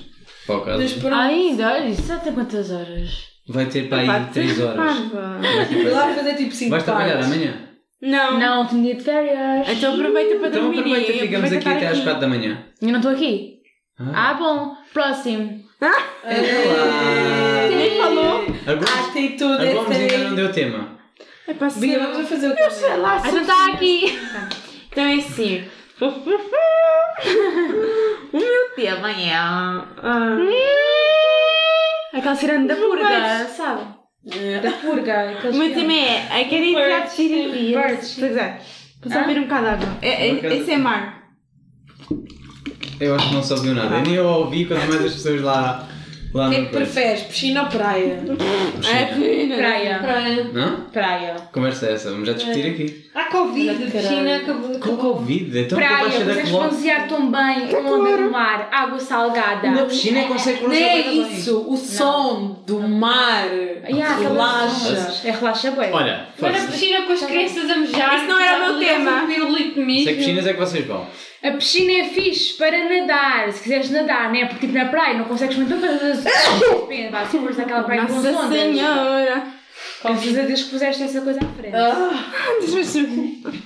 Para o caso. Mas pronto, Ainda, olha, isso até quantas horas? Vai ter para Pá, aí tu 3 és horas. parva. ir lá fazer tipo 5 Vais trabalhar amanhã? Não. Não, tenho dia de férias. Então aproveita para Então dormir aproveita, e ficamos aqui estar até às 4 da manhã. Eu não estou aqui. Ah, Ah, bom. Próximo. Olá! Nem falou. Agora É. Atitude agora ainda não é deu tema. É para ser. Bia, vamos a fazer o que? Sei lá, Ah, se- então tá está aqui. Então é assim. o meu tema é. ah, Aquela ciranda da purga, Mas- sabe? Da purga. O meu tema é. A querida Birds. de Estou a ver um bocado de água. É- é- Uma casa- Esse é mar. Eu acho que não se ouviu nada. Eu nem eu ouvi quanto mais as pessoas lá. lá O que é no que coisa. preferes, piscina ou praia? É é Praia. Praia. Não? Praia. Conversa é essa, vamos já discutir aqui. Há Covid, Caralho. piscina, acabou. Com Covid, então Praia, baixa da consegues bronzear tão bem, uma onda do mar, água salgada. Na piscina consegue Não ah, é bronzear bué da bem. isso, o som do mar Yeah, relaxa. relaxa. É relaxa bem. Olha, Agora a força. piscina com as crianças a tipo, mejar. Isso não era o meu tema. um Se é que piscinas é que vocês vão. A piscina é fixe para nadar, se quiseres nadar, né? Porque tipo na praia não consegues muito fazer as Depende, vá, se fores naquela praia com as Nossa ondas. Senhora! Graças a Deus que puseste essa coisa à frente. Ah.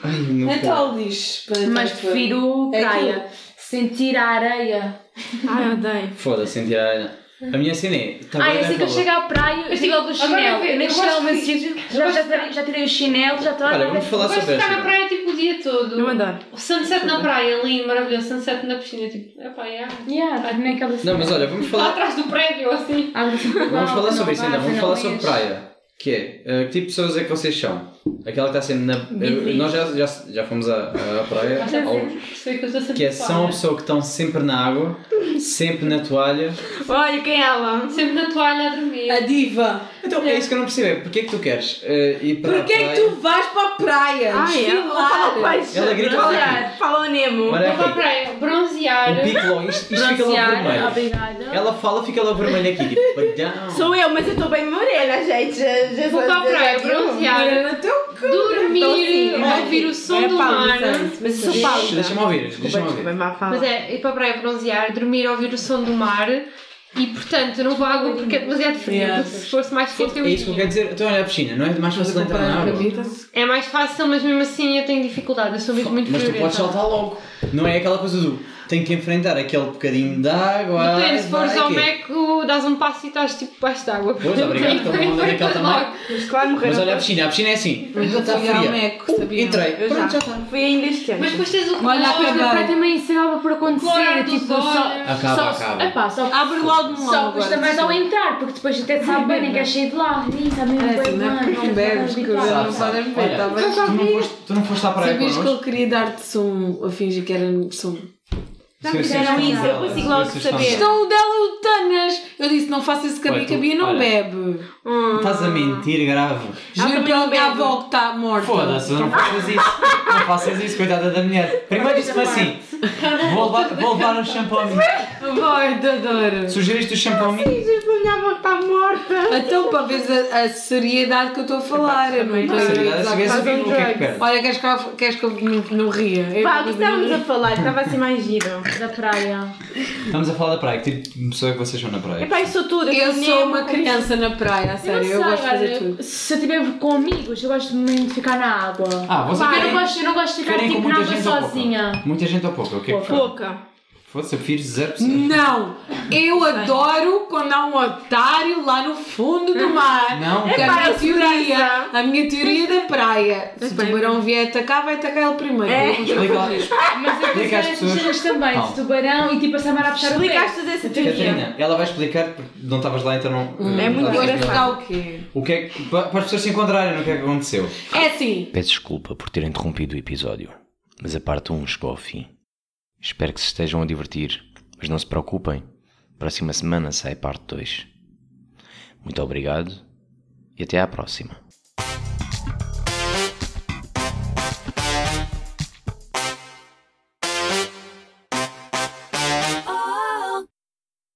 Ai, nunca. Natal diz. Então, para- Mas prefiro É praia. Sentir a areia. Ai, odeio. Foda-se, sentir a. A minha cena é. Tá Ai, bué assim que da eu calor. chego à praia, eu estive logo do Agora chinelo. vê, Eu nem eu chinelo, gosto mas de- já, já, já, tirei- já tirei o chinelo, já estou a Olha, vamos falar Gosto de sobre ficar na essa. praia tipo o dia todo. Eu adoro. O sunset na praia, lindo, maravilhoso. Sunset na piscina, tipo, epá, yeah. Yeah, tipo, nem aquela Não, mas olha, vamos lá falar. atrás do prédio, assim. Vamos falar sobre isso ainda, vamos falar sobre praia. Que é, eh, que tipo de pessoas é que vocês são? Aquela que está sempre na. eh, Nós já, já, já fomos à, à praia. Mas é ao- Sei que eu estou sempre Que é, fora. são a pessoa que estão sempre na água, sempre na toalha. Olha quem é ela! Sempre na toalha a dormir. É A diva. Então é isso que eu não percebo. é Porquê é que tu queres eh, ir para a Porquê é que tu vais para a praia? Ai, ela fala desfilar? peixe. Ela grita assim. Bronzear. Fala o Nemo. Olha Vou para a aqui, praia, bronzear. o um pico logo, isto, isto fica logo vermelho. Obrigada. Ela fala, fica logo vermelho aqui, tipo, badão. Sou eu, mas eu estou bem morena, gente. Já, já, Vou já- para a praia, já- já- bronzear. Morena, teu cu. Então, Dormir, sim, olha, ouvir o som é do pálida, mar. sabe? Mas eu sou Shhh, pálida. Deixa-me ouvir, Desculpa, deixa-me desculpa, ouvir. má fala. Mas é, ir para a praia bronzear, dormir, ouvir o som do mar e portanto eu não vou à água porque é demasiado frio. Yeah. Porque se fosse mais quente eu É isso que eu ia. quero dizer. Então olha a piscina, não é mais fácil entrar na água. É mais fácil, mas mesmo assim eu tenho dificuldade. Eu sou mesmo muito Mas tu friorenta. podes saltar logo. Não é aquela coisa do tenho que enfrentar aquele bocadinho de água. Depende, ai, se fores vai, ao quê? Meco, dás um passo e estás tipo debaixo d'água. Pois, obrigado, então não andei naquele tamanho. Mas claro, morreram. Mas olha a piscina, a piscina é assim. Já está fui ao fria. Meco, Uh, sabiam? Entrei. Eu Pronto, já já. está. Fui ainda este ano. Mas depois tens o Olha, calor, acabava. depois também isso acaba por o clorar acontecer, dos tipo, só... olhos. Acaba, só, acaba. Epá, só Abre logo um Só logo custa agora. mais ao entrar, porque depois até te sabe bem, nem queres sair de lá. Ih, sabe mesmo É, bem, não é mano, porque não já bebes, é que estás eu habituado. não podem beber, Olha, está bem? Tu não foste- tu não foste à praia Sabias que connosco? ele queria dar-te sumo a fingir que era sumo? Já fizeram isso, eu consigo logo saber. Então o dela é o Tanas! Eu disse, não faça isso que a Olha, minha tu- cabia não olha. bebe. Estás a mentir grave. Juro também pela não minha bebe. avó que está morta. Foda-se, não faças isso. Não faças isso, coitada da mulher. Primeiro disse-me assim: vou levar, vou levar um shampoo a mim. Vai, Dadora. Sugeriste o shampoo a mim? Mas a minha avó está morta. Então, para veres a, a seriedade que eu estou a falar, eu não Na seriedade, se tivesse estou a ver o que é que perde. Olha, queres que eu, queres que eu não, não ria? Eu Pá, o que não estávamos ria. a falar? Estava assim mais giro. Da praia. Estamos a falar da praia. Que tipo de pessoa é que vocês são na praia? Epá, eu sou tudo. Eu nem sou uma criança na praia, a sério, eu, não sei, gosto de fazer olha, tudo. Se eu estiver com amigos, eu gosto mesmo de ficar na água. Ah, vocês eu, querem- não gosto, eu não gosto de ficar querem com tipo na muita água gente ou pouca? sozinha. Muita gente ou pouca? O que é que foi? Pouca. Foda-se, eu prefiro Hum. 0%. Não! Eu adoro quando há um otário lá no fundo do mar. Não, Que a cara. minha teoria, segurança. a minha teoria da praia. Se o tubarão vier atacar, vai atacar ele primeiro. É. Explica lá. Mas eu Explica às pensei pessoas. nas cenas também, Não. de tubarão e tipo a Samara a puxar o pé. Explicaste essa teoria. Catarina, ela vai explicar porque não estavas lá, então não. não é muito estás a engraçado. explicar. Agora o quê? O que é que. pa- Para as pessoas se encontrarem no que é que aconteceu. É assim, Peço desculpa por ter interrompido o episódio, mas a parte 1 chegou ao fim. Espero que se estejam a divertir, mas não se preocupem, próxima semana sai parte 2. Muito obrigado e até à próxima.